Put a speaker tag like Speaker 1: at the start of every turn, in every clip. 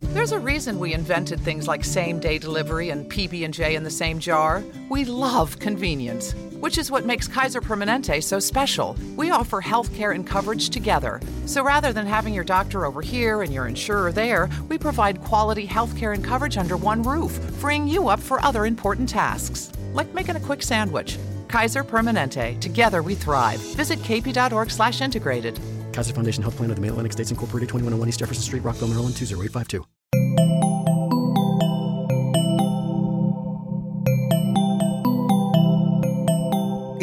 Speaker 1: There's a reason we invented things like same-day delivery and PB&J in the same jar. We love convenience, which is what makes Kaiser Permanente so special. We offer health care and coverage together. So rather than having your doctor over here and your insurer there, we provide quality health care and coverage under one roof, freeing you up for other important tasks, like making a quick sandwich. Kaiser Permanente. Together we thrive. Visit kp.org slash integrated.
Speaker 2: Kaiser Foundation Health Plan of the Mid-Atlantic States Incorporated, 2101 East Jefferson Street, Rockville, Maryland, 20852.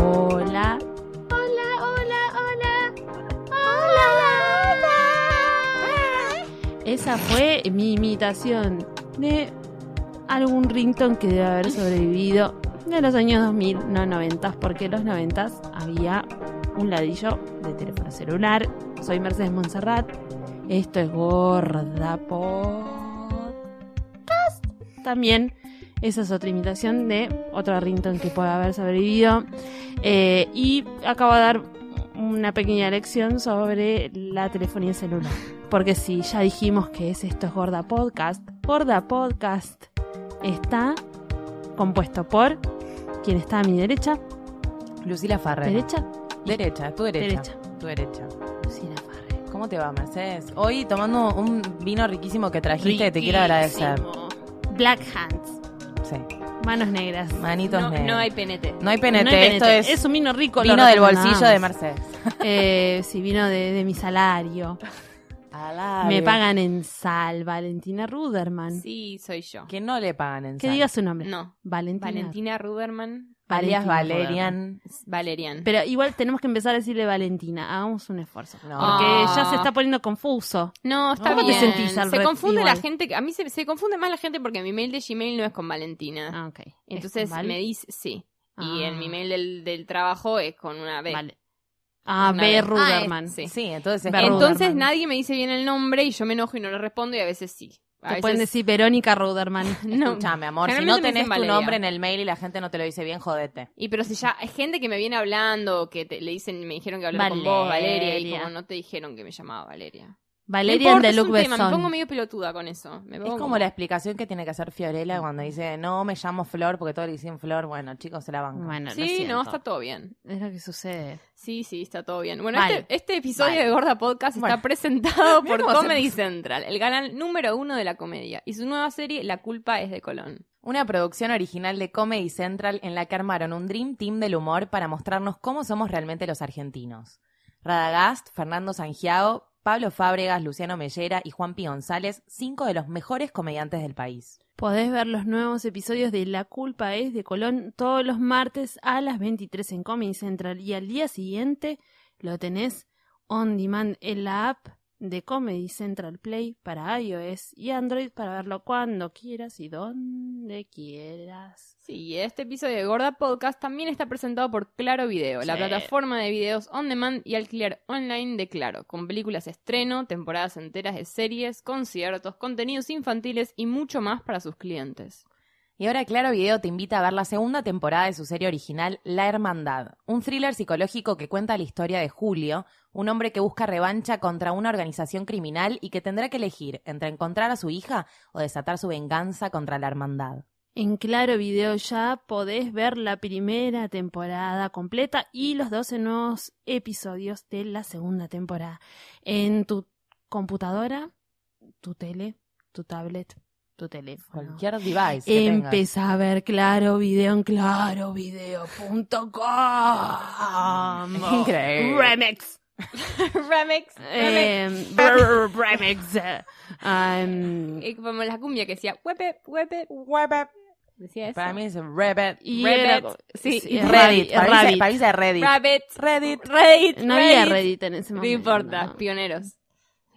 Speaker 3: Hola,
Speaker 4: Hola, hola, hola. Hola,
Speaker 3: esa fue mi imitación de algún ringtone que debe haber sobrevivido de los años 2000, no 90, porque en los 90 había un ladillo de teléfono celular. Soy Mercedes Montserrat. Esto es Gorda Podcast. También esa es otra imitación de otro ringtone que puede haber sobrevivido. Eh, y acabo de dar una pequeña lección sobre la telefonía celular. Porque si ya dijimos que es esto es Gorda Podcast, Gorda Podcast está compuesto por quien está a mi derecha,
Speaker 5: Lucila Farrer.
Speaker 3: derecha,
Speaker 5: Derecha, tu derecha.
Speaker 3: Derecha.
Speaker 5: Tu derecha.
Speaker 3: Lucila Farre.
Speaker 5: ¿Cómo te va, Mercedes? Hoy tomando un vino riquísimo que trajiste, te quiero agradecer.
Speaker 3: Black Hands,
Speaker 5: Sí.
Speaker 3: manos negras.
Speaker 5: Manitos
Speaker 6: No,
Speaker 5: negros.
Speaker 6: no hay PNT.
Speaker 5: No hay PNT,
Speaker 3: No hay
Speaker 5: este, esto
Speaker 3: PNT.
Speaker 5: es,
Speaker 3: un vino rico. lo
Speaker 5: vino del bolsillo
Speaker 3: recomendamos.
Speaker 5: de Mercedes.
Speaker 3: Eh, sí, vino de, de mi salario. Me pagan en sal, Valentina Ruderman.
Speaker 6: Sí, soy yo.
Speaker 5: Que no le pagan en
Speaker 3: Que
Speaker 5: sal.
Speaker 3: diga su nombre.
Speaker 6: No.
Speaker 3: Valentina.
Speaker 6: Valentina Ruderman,
Speaker 5: Alias
Speaker 3: Valentina
Speaker 5: Valerian.
Speaker 6: Valerian.
Speaker 3: Pero igual tenemos que empezar a decirle Valentina. Hagamos un esfuerzo.
Speaker 5: No.
Speaker 3: Porque
Speaker 6: Ah.
Speaker 3: ya se está poniendo confuso.
Speaker 6: no, está
Speaker 5: ¿Cómo te
Speaker 6: bien.
Speaker 3: sentís al
Speaker 6: se
Speaker 3: re-
Speaker 6: confunde
Speaker 3: igual?
Speaker 6: la gente, que- a mí se, se confunde más la gente porque mi mail de Gmail no es con Valentina.
Speaker 3: Ah, ok.
Speaker 6: Entonces
Speaker 3: Es Val-
Speaker 6: me dice, sí. Y
Speaker 3: Ah.
Speaker 6: en mi mail del, del trabajo es con una B.
Speaker 3: Vale. Ah,
Speaker 6: Una
Speaker 3: B.
Speaker 6: B.
Speaker 3: Ruderman.
Speaker 6: Ah, es- sí.
Speaker 5: Sí, entonces.
Speaker 3: Berruda.
Speaker 5: Entonces-
Speaker 6: Entonces
Speaker 3: Ruderman.
Speaker 6: nadie me dice bien el nombre y yo me enojo y no le respondo y a veces sí.
Speaker 3: Te
Speaker 6: A veces-
Speaker 3: pueden decir Verónica Ruderman.
Speaker 6: No.
Speaker 5: Escuchame, amor, si no
Speaker 6: Generalmente me
Speaker 5: tenés
Speaker 6: dicen
Speaker 5: tu
Speaker 6: Valeria.
Speaker 5: nombre en el mail y la gente no te lo dice bien, jodete.
Speaker 6: Y pero si ya hay gente que me viene hablando, que te- le dicen, me dijeron que hablar con vos, Valeria, y
Speaker 3: Valeria.
Speaker 6: como no te dijeron que me llamaba Valeria.
Speaker 3: Valeria
Speaker 6: No importa,
Speaker 3: de
Speaker 6: es un
Speaker 3: Luc
Speaker 6: tema, Me pongo
Speaker 3: Besson.
Speaker 6: medio pelotuda con eso. Me
Speaker 5: Es
Speaker 6: pongo
Speaker 5: como la explicación que tiene que hacer Fiorella cuando dice, no, me llamo Flor porque todo le dicen Flor. Bueno, chicos, se la bancan.
Speaker 3: Bueno, lo
Speaker 6: Sí,
Speaker 3: siento.
Speaker 6: no, está todo bien.
Speaker 3: Es lo que sucede.
Speaker 6: Sí, sí, está todo bien. Bueno,
Speaker 3: Vale.
Speaker 6: este, este episodio
Speaker 3: Vale.
Speaker 6: de Gorda Podcast
Speaker 5: Bueno.
Speaker 6: está presentado
Speaker 5: Mirá
Speaker 6: por
Speaker 5: cómo
Speaker 6: Comedy Central, el canal número uno de la comedia, y su nueva serie La culpa es de Colón.
Speaker 5: Una producción original de Comedy Central en la que armaron un Dream Team del humor para mostrarnos cómo somos realmente los argentinos. Radagast, Fernando Sangiao, Pablo Fábregas, Luciano Mellera y Juan P. González, cinco de los mejores comediantes del país.
Speaker 3: Podés ver los nuevos episodios de La culpa es de Colón todos los martes a las 23 en Comedy Central y al día siguiente lo tenés on demand en la app de Comedy Central Play para iOS y Android para verlo cuando quieras y donde quieras.
Speaker 6: Sí, y este episodio de Gorda Podcast también está presentado por Claro Video, la
Speaker 3: Sí.
Speaker 6: plataforma de videos on demand y alquiler online de Claro, con películas estreno, temporadas enteras de series, conciertos, contenidos infantiles y mucho más para sus clientes.
Speaker 5: Y ahora Claro Video te invita a ver la segunda temporada de su serie original La Hermandad, un thriller psicológico que cuenta la historia de Julio, un hombre que busca revancha contra una organización criminal y que tendrá que elegir entre encontrar a su hija o desatar su venganza contra la Hermandad.
Speaker 3: En Claro Video ya podés ver la primera temporada completa y los 12 nuevos episodios de la segunda temporada. En tu computadora, tu tele, tu tablet, tu teléfono.
Speaker 5: Cualquier device. que tengas.
Speaker 3: Empezá a ver Claro Video en clarovideo.com.
Speaker 5: Increíble.
Speaker 3: Remix.
Speaker 6: Remex.
Speaker 3: Eh, brr, remix. Um,
Speaker 6: Eh, como la cumbia que decía, huepe, huepe, decía eso.
Speaker 5: Para mí es Reddit.
Speaker 3: y
Speaker 6: Reddit.
Speaker 3: era-
Speaker 6: Sí,
Speaker 3: sí,
Speaker 6: y
Speaker 3: es
Speaker 5: Reddit.
Speaker 3: Rabbit,
Speaker 5: Para mí
Speaker 3: Rabbit.
Speaker 5: se- para mí es Reddit.
Speaker 6: Rabbit,
Speaker 5: Reddit.
Speaker 6: Reddit,
Speaker 3: No había
Speaker 6: Reddit.
Speaker 3: Reddit en ese
Speaker 6: No
Speaker 3: momento.
Speaker 6: importa,
Speaker 3: no.
Speaker 6: pioneros.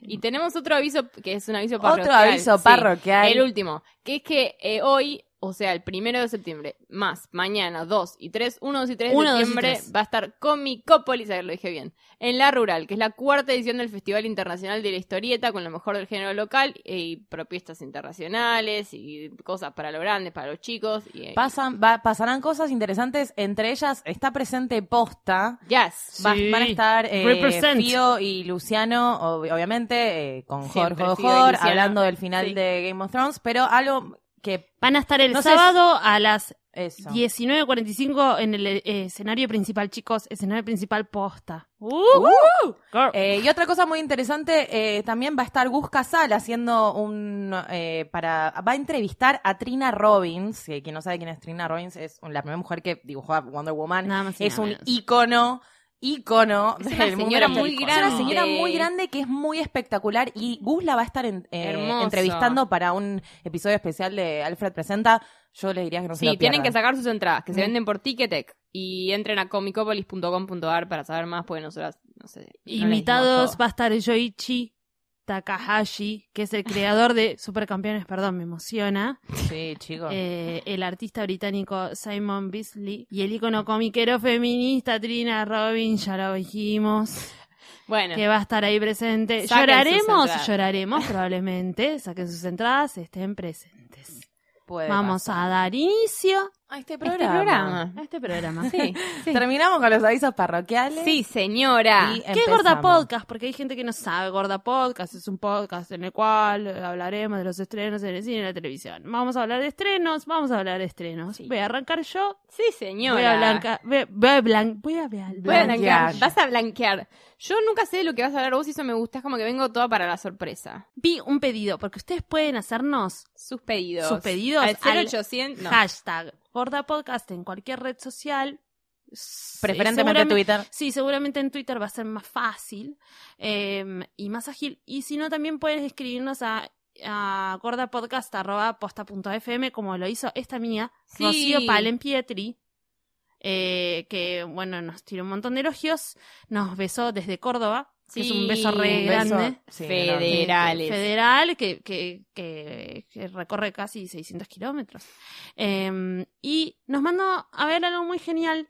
Speaker 6: Y tenemos otro aviso, que es un aviso
Speaker 5: Otro
Speaker 6: parroquial.
Speaker 5: aviso
Speaker 6: sí.
Speaker 5: parroquial.
Speaker 6: El último, que es que eh, hoy o sea, el primero de septiembre, más mañana 2 y 3, 1, 2 y 3
Speaker 7: 1,
Speaker 6: de
Speaker 7: 2 y
Speaker 6: septiembre
Speaker 7: 3.
Speaker 6: va a estar Comicópolis, a ver, lo dije bien, en La Rural, que es la cuarta edición del Festival Internacional de la Historieta con lo mejor del género local eh, y propuestas internacionales y cosas para los grandes, para los chicos. Y, eh,
Speaker 5: Pasan, va- pasarán cosas interesantes, entre ellas está presente Posta.
Speaker 6: Yes.
Speaker 5: Va-
Speaker 3: Sí.
Speaker 5: van a estar eh,
Speaker 3: Represent.
Speaker 5: Fío y Luciano, ob- obviamente, eh, con
Speaker 6: Siempre,
Speaker 5: Jorge
Speaker 6: Fío y
Speaker 5: Ojor,
Speaker 6: Luciano.
Speaker 5: hablando del final
Speaker 6: Sí.
Speaker 5: de Game of Thrones, pero algo que...
Speaker 3: Van a estar el
Speaker 5: No sé
Speaker 3: sábado a las
Speaker 5: Eso.
Speaker 3: 19.45 en el eh, escenario principal, chicos. Escenario principal posta. ¡Uh!
Speaker 5: Uh-huh.
Speaker 3: Girl.
Speaker 5: Eh, y otra cosa muy interesante, eh, también va a estar Gus Casal haciendo un... eh, para Va a entrevistar a Trina Robbins, que quien no sabe quién es Trina Robbins, es la primera mujer que dibujó a Wonder Woman.
Speaker 3: Nada más y
Speaker 5: es
Speaker 3: nada
Speaker 5: un
Speaker 3: menos.
Speaker 5: ícono, ícono
Speaker 6: Es una
Speaker 5: del mundo
Speaker 6: señora
Speaker 5: de los
Speaker 6: muy
Speaker 5: cómicos. Es una señora
Speaker 6: grande.
Speaker 5: muy grande que es muy espectacular y Gus la va a estar en- eh,
Speaker 6: Hermoso.
Speaker 5: entrevistando para un episodio especial de Alfred Presenta. Yo le diría que no se
Speaker 6: Sí,
Speaker 5: lo
Speaker 6: tienen que
Speaker 5: pierdan.
Speaker 6: sacar sus entradas, que se
Speaker 5: Mm.
Speaker 6: venden por Ticketek. Y entren a comicopolis.com.ar para saber más, porque nosotras, no sé. no les dijimos
Speaker 3: Invitados
Speaker 6: todo.
Speaker 3: va a estar Yoichi Takahashi, que es el creador de Supercampeones, perdón, me emociona.
Speaker 5: Sí, chicos.
Speaker 3: Eh, el artista británico Simon Beasley y el icono comiquero feminista Trina Robin, ya lo dijimos,
Speaker 6: Bueno,
Speaker 3: que va a estar ahí presente.
Speaker 6: Saquen sus
Speaker 3: lloraremos,
Speaker 6: entradas.
Speaker 3: lloraremos probablemente. Saquen sus entradas, estén presentes.
Speaker 5: Puede
Speaker 3: Vamos a dar inicio
Speaker 5: pasar. a este
Speaker 6: este
Speaker 5: programa.
Speaker 6: programa.
Speaker 3: a este programa.
Speaker 6: Sí, sí.
Speaker 5: Terminamos con los avisos parroquiales.
Speaker 6: Sí, señora.
Speaker 5: Y
Speaker 3: ¿Qué es Gorda
Speaker 5: empezamos.
Speaker 3: Podcast? Porque hay gente que no sabe. Gorda Podcast es un podcast en el cual eh, hablaremos de los estrenos en el cine y la televisión. Vamos a hablar de estrenos, vamos a hablar de estrenos.
Speaker 6: Sí.
Speaker 3: Voy a arrancar yo.
Speaker 6: Sí, señora.
Speaker 3: Voy a blanca. Voy, voy a blan- voy a blan-
Speaker 6: Voy a
Speaker 3: blan-
Speaker 6: blanquear.
Speaker 5: Blanquear.
Speaker 6: Vas a blanquear. Yo nunca sé de lo que vas a hablar vos y eso me gusta. Es como que vengo toda para la sorpresa.
Speaker 3: Vi un pedido, porque ustedes pueden hacernos
Speaker 6: Sus pedidos.
Speaker 3: Sus pedidos
Speaker 6: Al
Speaker 3: al-
Speaker 6: 0800. no.
Speaker 3: hashtag Gorda Podcast en cualquier red social. Sí,
Speaker 5: Preferentemente
Speaker 3: seguramente-
Speaker 5: Twitter.
Speaker 3: Sí, seguramente en Twitter va a ser más fácil eh, y más ágil. Y si no, también puedes escribirnos a, a gordapodcast.posta.fm, como lo hizo esta mía,
Speaker 6: Sí.
Speaker 3: Rocío Palenpietri, eh, que, bueno, nos tiró un montón de elogios, nos besó desde Córdoba, que es un beso re
Speaker 6: Sí,
Speaker 5: beso.
Speaker 3: grande.
Speaker 5: Sí,
Speaker 6: Fede.
Speaker 5: grande.
Speaker 6: Federales.
Speaker 3: Federal, que, que, que- que recorre casi 600 kilómetros. Eh, y nos mandó a ver algo muy genial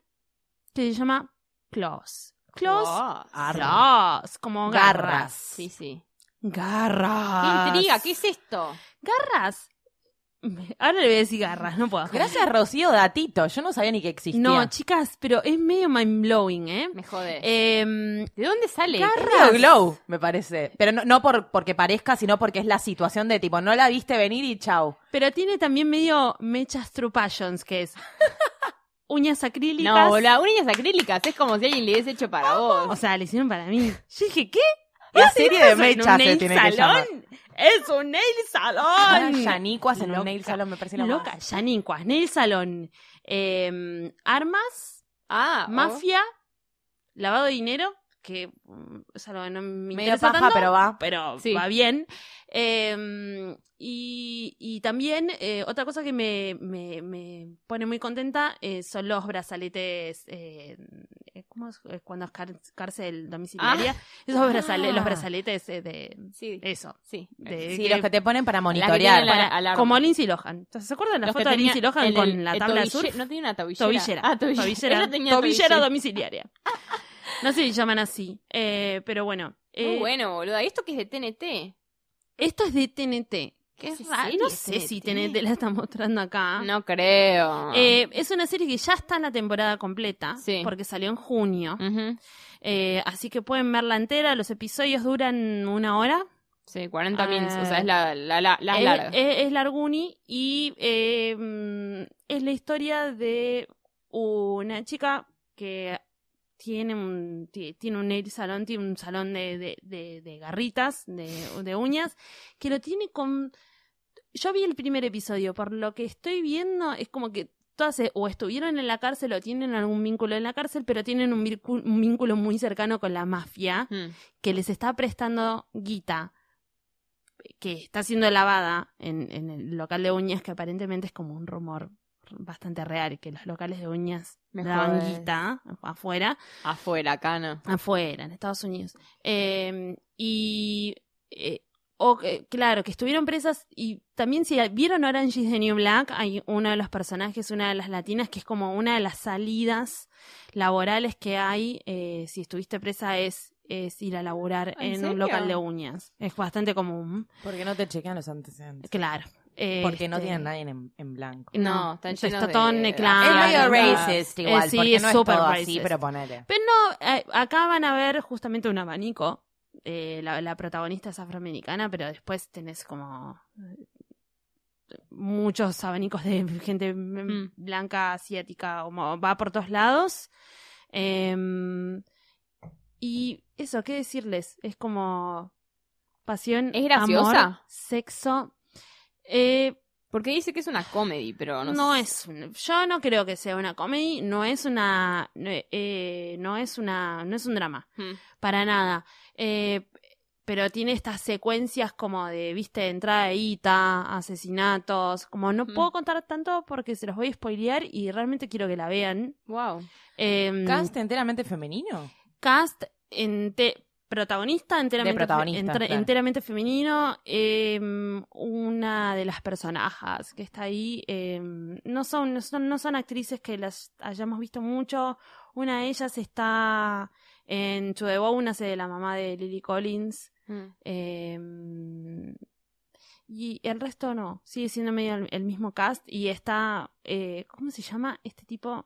Speaker 3: que se llama Claws. Claws.
Speaker 6: Wow.
Speaker 3: Claws, como
Speaker 5: Garras.
Speaker 3: garras.
Speaker 6: Sí, sí. ¡Qué
Speaker 3: Garras.
Speaker 6: intriga! ¿Qué es esto?
Speaker 3: Garras. Ahora le voy a decir garras, no puedo.
Speaker 5: Gracias, Rocío Datito. Yo no sabía ni que existía.
Speaker 3: No, chicas, pero es medio mind blowing, ¿eh?
Speaker 6: Me jode.
Speaker 3: Eh,
Speaker 6: ¿De dónde sale?
Speaker 3: Garra-
Speaker 5: Medio glow, me parece. Pero no, no por, porque parezca, sino porque es la situación de tipo, no la viste venir y chau.
Speaker 3: pero tiene también medio mechas true passions, que es uñas acrílicas.
Speaker 6: No, las uñas acrílicas es como si alguien le hubiese hecho para
Speaker 3: O
Speaker 6: vos.
Speaker 3: sea, le hicieron para mí. Yo dije, ¿qué?
Speaker 5: La serie de mechas
Speaker 3: un
Speaker 5: se
Speaker 3: nail
Speaker 5: tiene que llamar.
Speaker 3: salón? ¡Es un nail
Speaker 5: Ah,
Speaker 3: salón!
Speaker 5: Yanicuas en
Speaker 3: Loca.
Speaker 5: un nail salon me parece lo más.
Speaker 3: Loca, Yanincuas, nail salón. Eh, armas,
Speaker 6: Ah, mafia.
Speaker 3: mafia, lavado de dinero, que mm, es algo que no me
Speaker 5: Medio
Speaker 3: interesa
Speaker 5: paja,
Speaker 3: tanto,
Speaker 5: pero va.
Speaker 3: pero
Speaker 6: Sí.
Speaker 3: va bien. Eh, y, y también, eh, otra cosa que me, me- me pone muy contenta eh, son los brazaletes, eh, eh, ¿cómo es? Eh, Cuando es car- cárcel
Speaker 6: Ah,
Speaker 3: domiciliaria. Esos brazale- los brazaletes eh, de...
Speaker 6: Sí,
Speaker 3: Eso.
Speaker 6: sí.
Speaker 3: de-
Speaker 5: Sí, los que te ponen para
Speaker 6: tienen
Speaker 5: monitorear.
Speaker 6: la-
Speaker 3: para-
Speaker 6: alarma.
Speaker 3: como Lindsay Lohan. Entonces, ¿Se acuerdan la
Speaker 6: Los que
Speaker 3: foto de
Speaker 6: tenía
Speaker 3: Lindsay Lohan
Speaker 6: el-
Speaker 3: con
Speaker 6: el-
Speaker 3: la
Speaker 6: el
Speaker 3: tabla
Speaker 6: tobille-
Speaker 3: azul?
Speaker 6: No tenía una tobillera.
Speaker 3: Tobillera.
Speaker 6: Ah, tobillera. Ella tenía
Speaker 3: Tobillera domiciliaria. No se llaman así. Eh, pero bueno.
Speaker 6: Muy
Speaker 3: eh,
Speaker 6: bueno, boluda. ¿Y esto que es de TNT?
Speaker 3: Esto es de TNT.
Speaker 6: ¿Qué
Speaker 3: Que es
Speaker 6: es
Speaker 3: raro.
Speaker 6: serie
Speaker 3: No
Speaker 6: de
Speaker 3: sé si
Speaker 6: TNT?
Speaker 3: TNT la está mostrando acá.
Speaker 6: No creo.
Speaker 3: Ah. Eh, es una serie que ya está en la temporada completa.
Speaker 6: Sí. Mm.
Speaker 3: Porque salió en junio.
Speaker 6: Ujú.
Speaker 3: Eh, así que pueden verla entera. Los episodios duran una hora.
Speaker 6: Sí, 40
Speaker 3: Ah. Eh,
Speaker 6: mins. O sea, es la, la, la, la
Speaker 3: es,
Speaker 6: larga.
Speaker 3: es- es larguni y eh, mm, es la historia de una chica que tiene un, ti- tiene un nail salón, tiene un salón de, de, de- de garritas, de, de uñas, que lo tiene con... Yo vi el primer episodio, por lo que estoy viendo es como que todas eh, o estuvieron en la cárcel o tienen algún vínculo en la cárcel, pero tienen un, vircu- un vínculo muy cercano con la mafia
Speaker 6: Mm.
Speaker 3: que les está prestando guita que está siendo lavada en, en el local de uñas, que aparentemente es como un rumor bastante real, que los locales de uñas
Speaker 6: Me
Speaker 3: daban
Speaker 6: jodés.
Speaker 3: guita afuera,
Speaker 6: Afuera, acá no.
Speaker 3: afuera, en Estados Unidos. Eh, Em, y eh, O, que- claro, que estuvieron presas y también si vieron Orange is the New Black, hay uno de los personajes, una de las latinas, que es como una de las salidas laborales que hay. eh, si estuviste presa es, es ir a laburar
Speaker 6: ¿En
Speaker 3: en,
Speaker 6: serio?
Speaker 3: un local de uñas. Es bastante común.
Speaker 5: Porque no te chequean los antecedentes.
Speaker 3: Claro. eh,
Speaker 5: Porque no
Speaker 3: este,
Speaker 5: tienen nadie en, en blanco.
Speaker 6: No,
Speaker 3: No,
Speaker 6: están
Speaker 3: está
Speaker 6: llenos de-
Speaker 3: todo
Speaker 6: de-
Speaker 3: neclado.
Speaker 6: Ah,
Speaker 5: es medio
Speaker 6: no.
Speaker 5: racist igual,
Speaker 3: Eh, sí,
Speaker 5: porque
Speaker 3: es
Speaker 5: no es
Speaker 3: súper
Speaker 5: todo así,
Speaker 3: racist.
Speaker 5: pero ponele.
Speaker 3: Pero no, eh, acá van a ver justamente un abanico. Eh, la, la protagonista es afroamericana, pero después tenés como eh, muchos abanicos de gente mm,
Speaker 6: Mm.
Speaker 3: blanca, asiática, como va por todos lados. Em, y eso, ¿qué decirles? Es como pasión,
Speaker 6: ¿Es graciosa?
Speaker 3: amor, sexo. Eh,
Speaker 6: Porque dice que es una comedy, pero no,
Speaker 3: no,
Speaker 6: sé.
Speaker 3: es un- yo no creo que sea una comedy no es una no, eh, no es una no es un drama
Speaker 6: Hmm.
Speaker 3: para nada Eh, pero tiene estas secuencias como de viste de entrada de Ita asesinatos como no
Speaker 6: Mm.
Speaker 3: puedo contar tanto porque se los voy a spoilear y realmente quiero que la vean
Speaker 6: Wow.
Speaker 3: Em,
Speaker 5: ¿Cast enteramente femenino?
Speaker 3: cast ente- protagonista enteramente,
Speaker 5: De protagonista,
Speaker 3: entre-
Speaker 5: claro.
Speaker 3: enteramente femenino. eh, una de las personajes que está ahí eh, no, son, no son no son actrices que las hayamos visto mucho. Una de ellas está en To The Bone, hace de la mamá de Lily Collins.
Speaker 6: Hmm.
Speaker 3: eh, y el resto no, sigue siendo medio el, el mismo cast. Y está, eh, ¿cómo se llama este tipo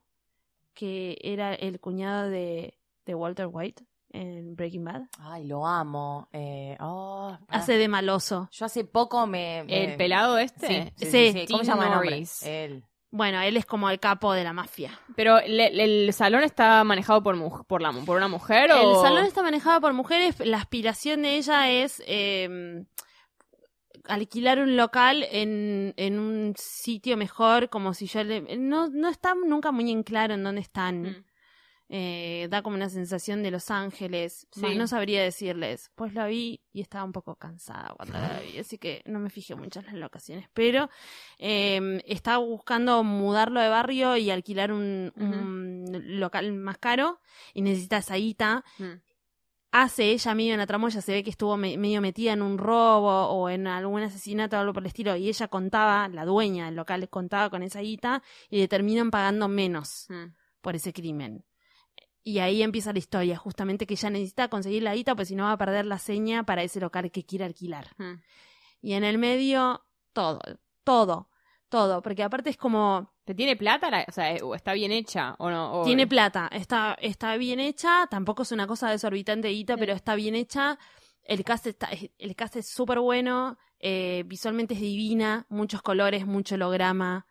Speaker 3: que era el cuñado de, de Walter White en Breaking Bad?
Speaker 5: Ay, lo amo. Eh, oh, pará.
Speaker 3: Hace de maloso.
Speaker 5: Yo hace poco me... me-
Speaker 6: ¿El pelado
Speaker 5: Sí,
Speaker 6: este?
Speaker 5: sí,
Speaker 3: Eh. Sí.
Speaker 5: sí, sí. ¿Cómo se
Speaker 6: Tim
Speaker 5: llama el nombre?
Speaker 6: Norris.
Speaker 5: Él.
Speaker 3: Bueno, él es como el capo de la mafia.
Speaker 6: Pero le- le- el salón está manejado por mu- por la mu- por una mujer
Speaker 3: El
Speaker 6: o
Speaker 3: salón está manejado por mujeres. La aspiración de ella es eh, alquilar un local en, en un sitio mejor, como si yo le... No, no está nunca muy en claro en dónde están.
Speaker 6: Mm.
Speaker 3: Eh, da como una sensación de Los Ángeles.
Speaker 6: Sí.
Speaker 3: Más no sabría decirles. Pues la vi y estaba un poco cansada cuando
Speaker 6: Ah.
Speaker 3: la vi, así que no me fijé mucho en las locaciones. Pero eh, estaba buscando mudarlo de barrio y alquilar un,
Speaker 6: Ujú.
Speaker 3: un local más caro y necesita esa guita.
Speaker 6: Mm.
Speaker 3: Hace ella medio en la tramoya, se ve que estuvo me- medio metida en un robo o en algún asesinato o algo por el estilo. Y ella contaba, la dueña del local contaba con esa guita y le terminan pagando menos
Speaker 6: Mm.
Speaker 3: por ese crimen. Y ahí empieza la historia, justamente que ella necesita conseguir la guita, pues si no va a perder la seña para ese local que quiere alquilar.
Speaker 6: Mm.
Speaker 3: Y en el medio, todo, todo, todo, porque aparte es como,
Speaker 6: ¿Pero tiene plata? la- o sea, eh, o está bien hecha o no. O-
Speaker 3: tiene plata, está, está bien hecha, tampoco es una cosa desorbitante de guita, pero está bien hecha. El cast, está, es- el cast es súper bueno, eh, visualmente es divina, muchos colores, mucho holograma,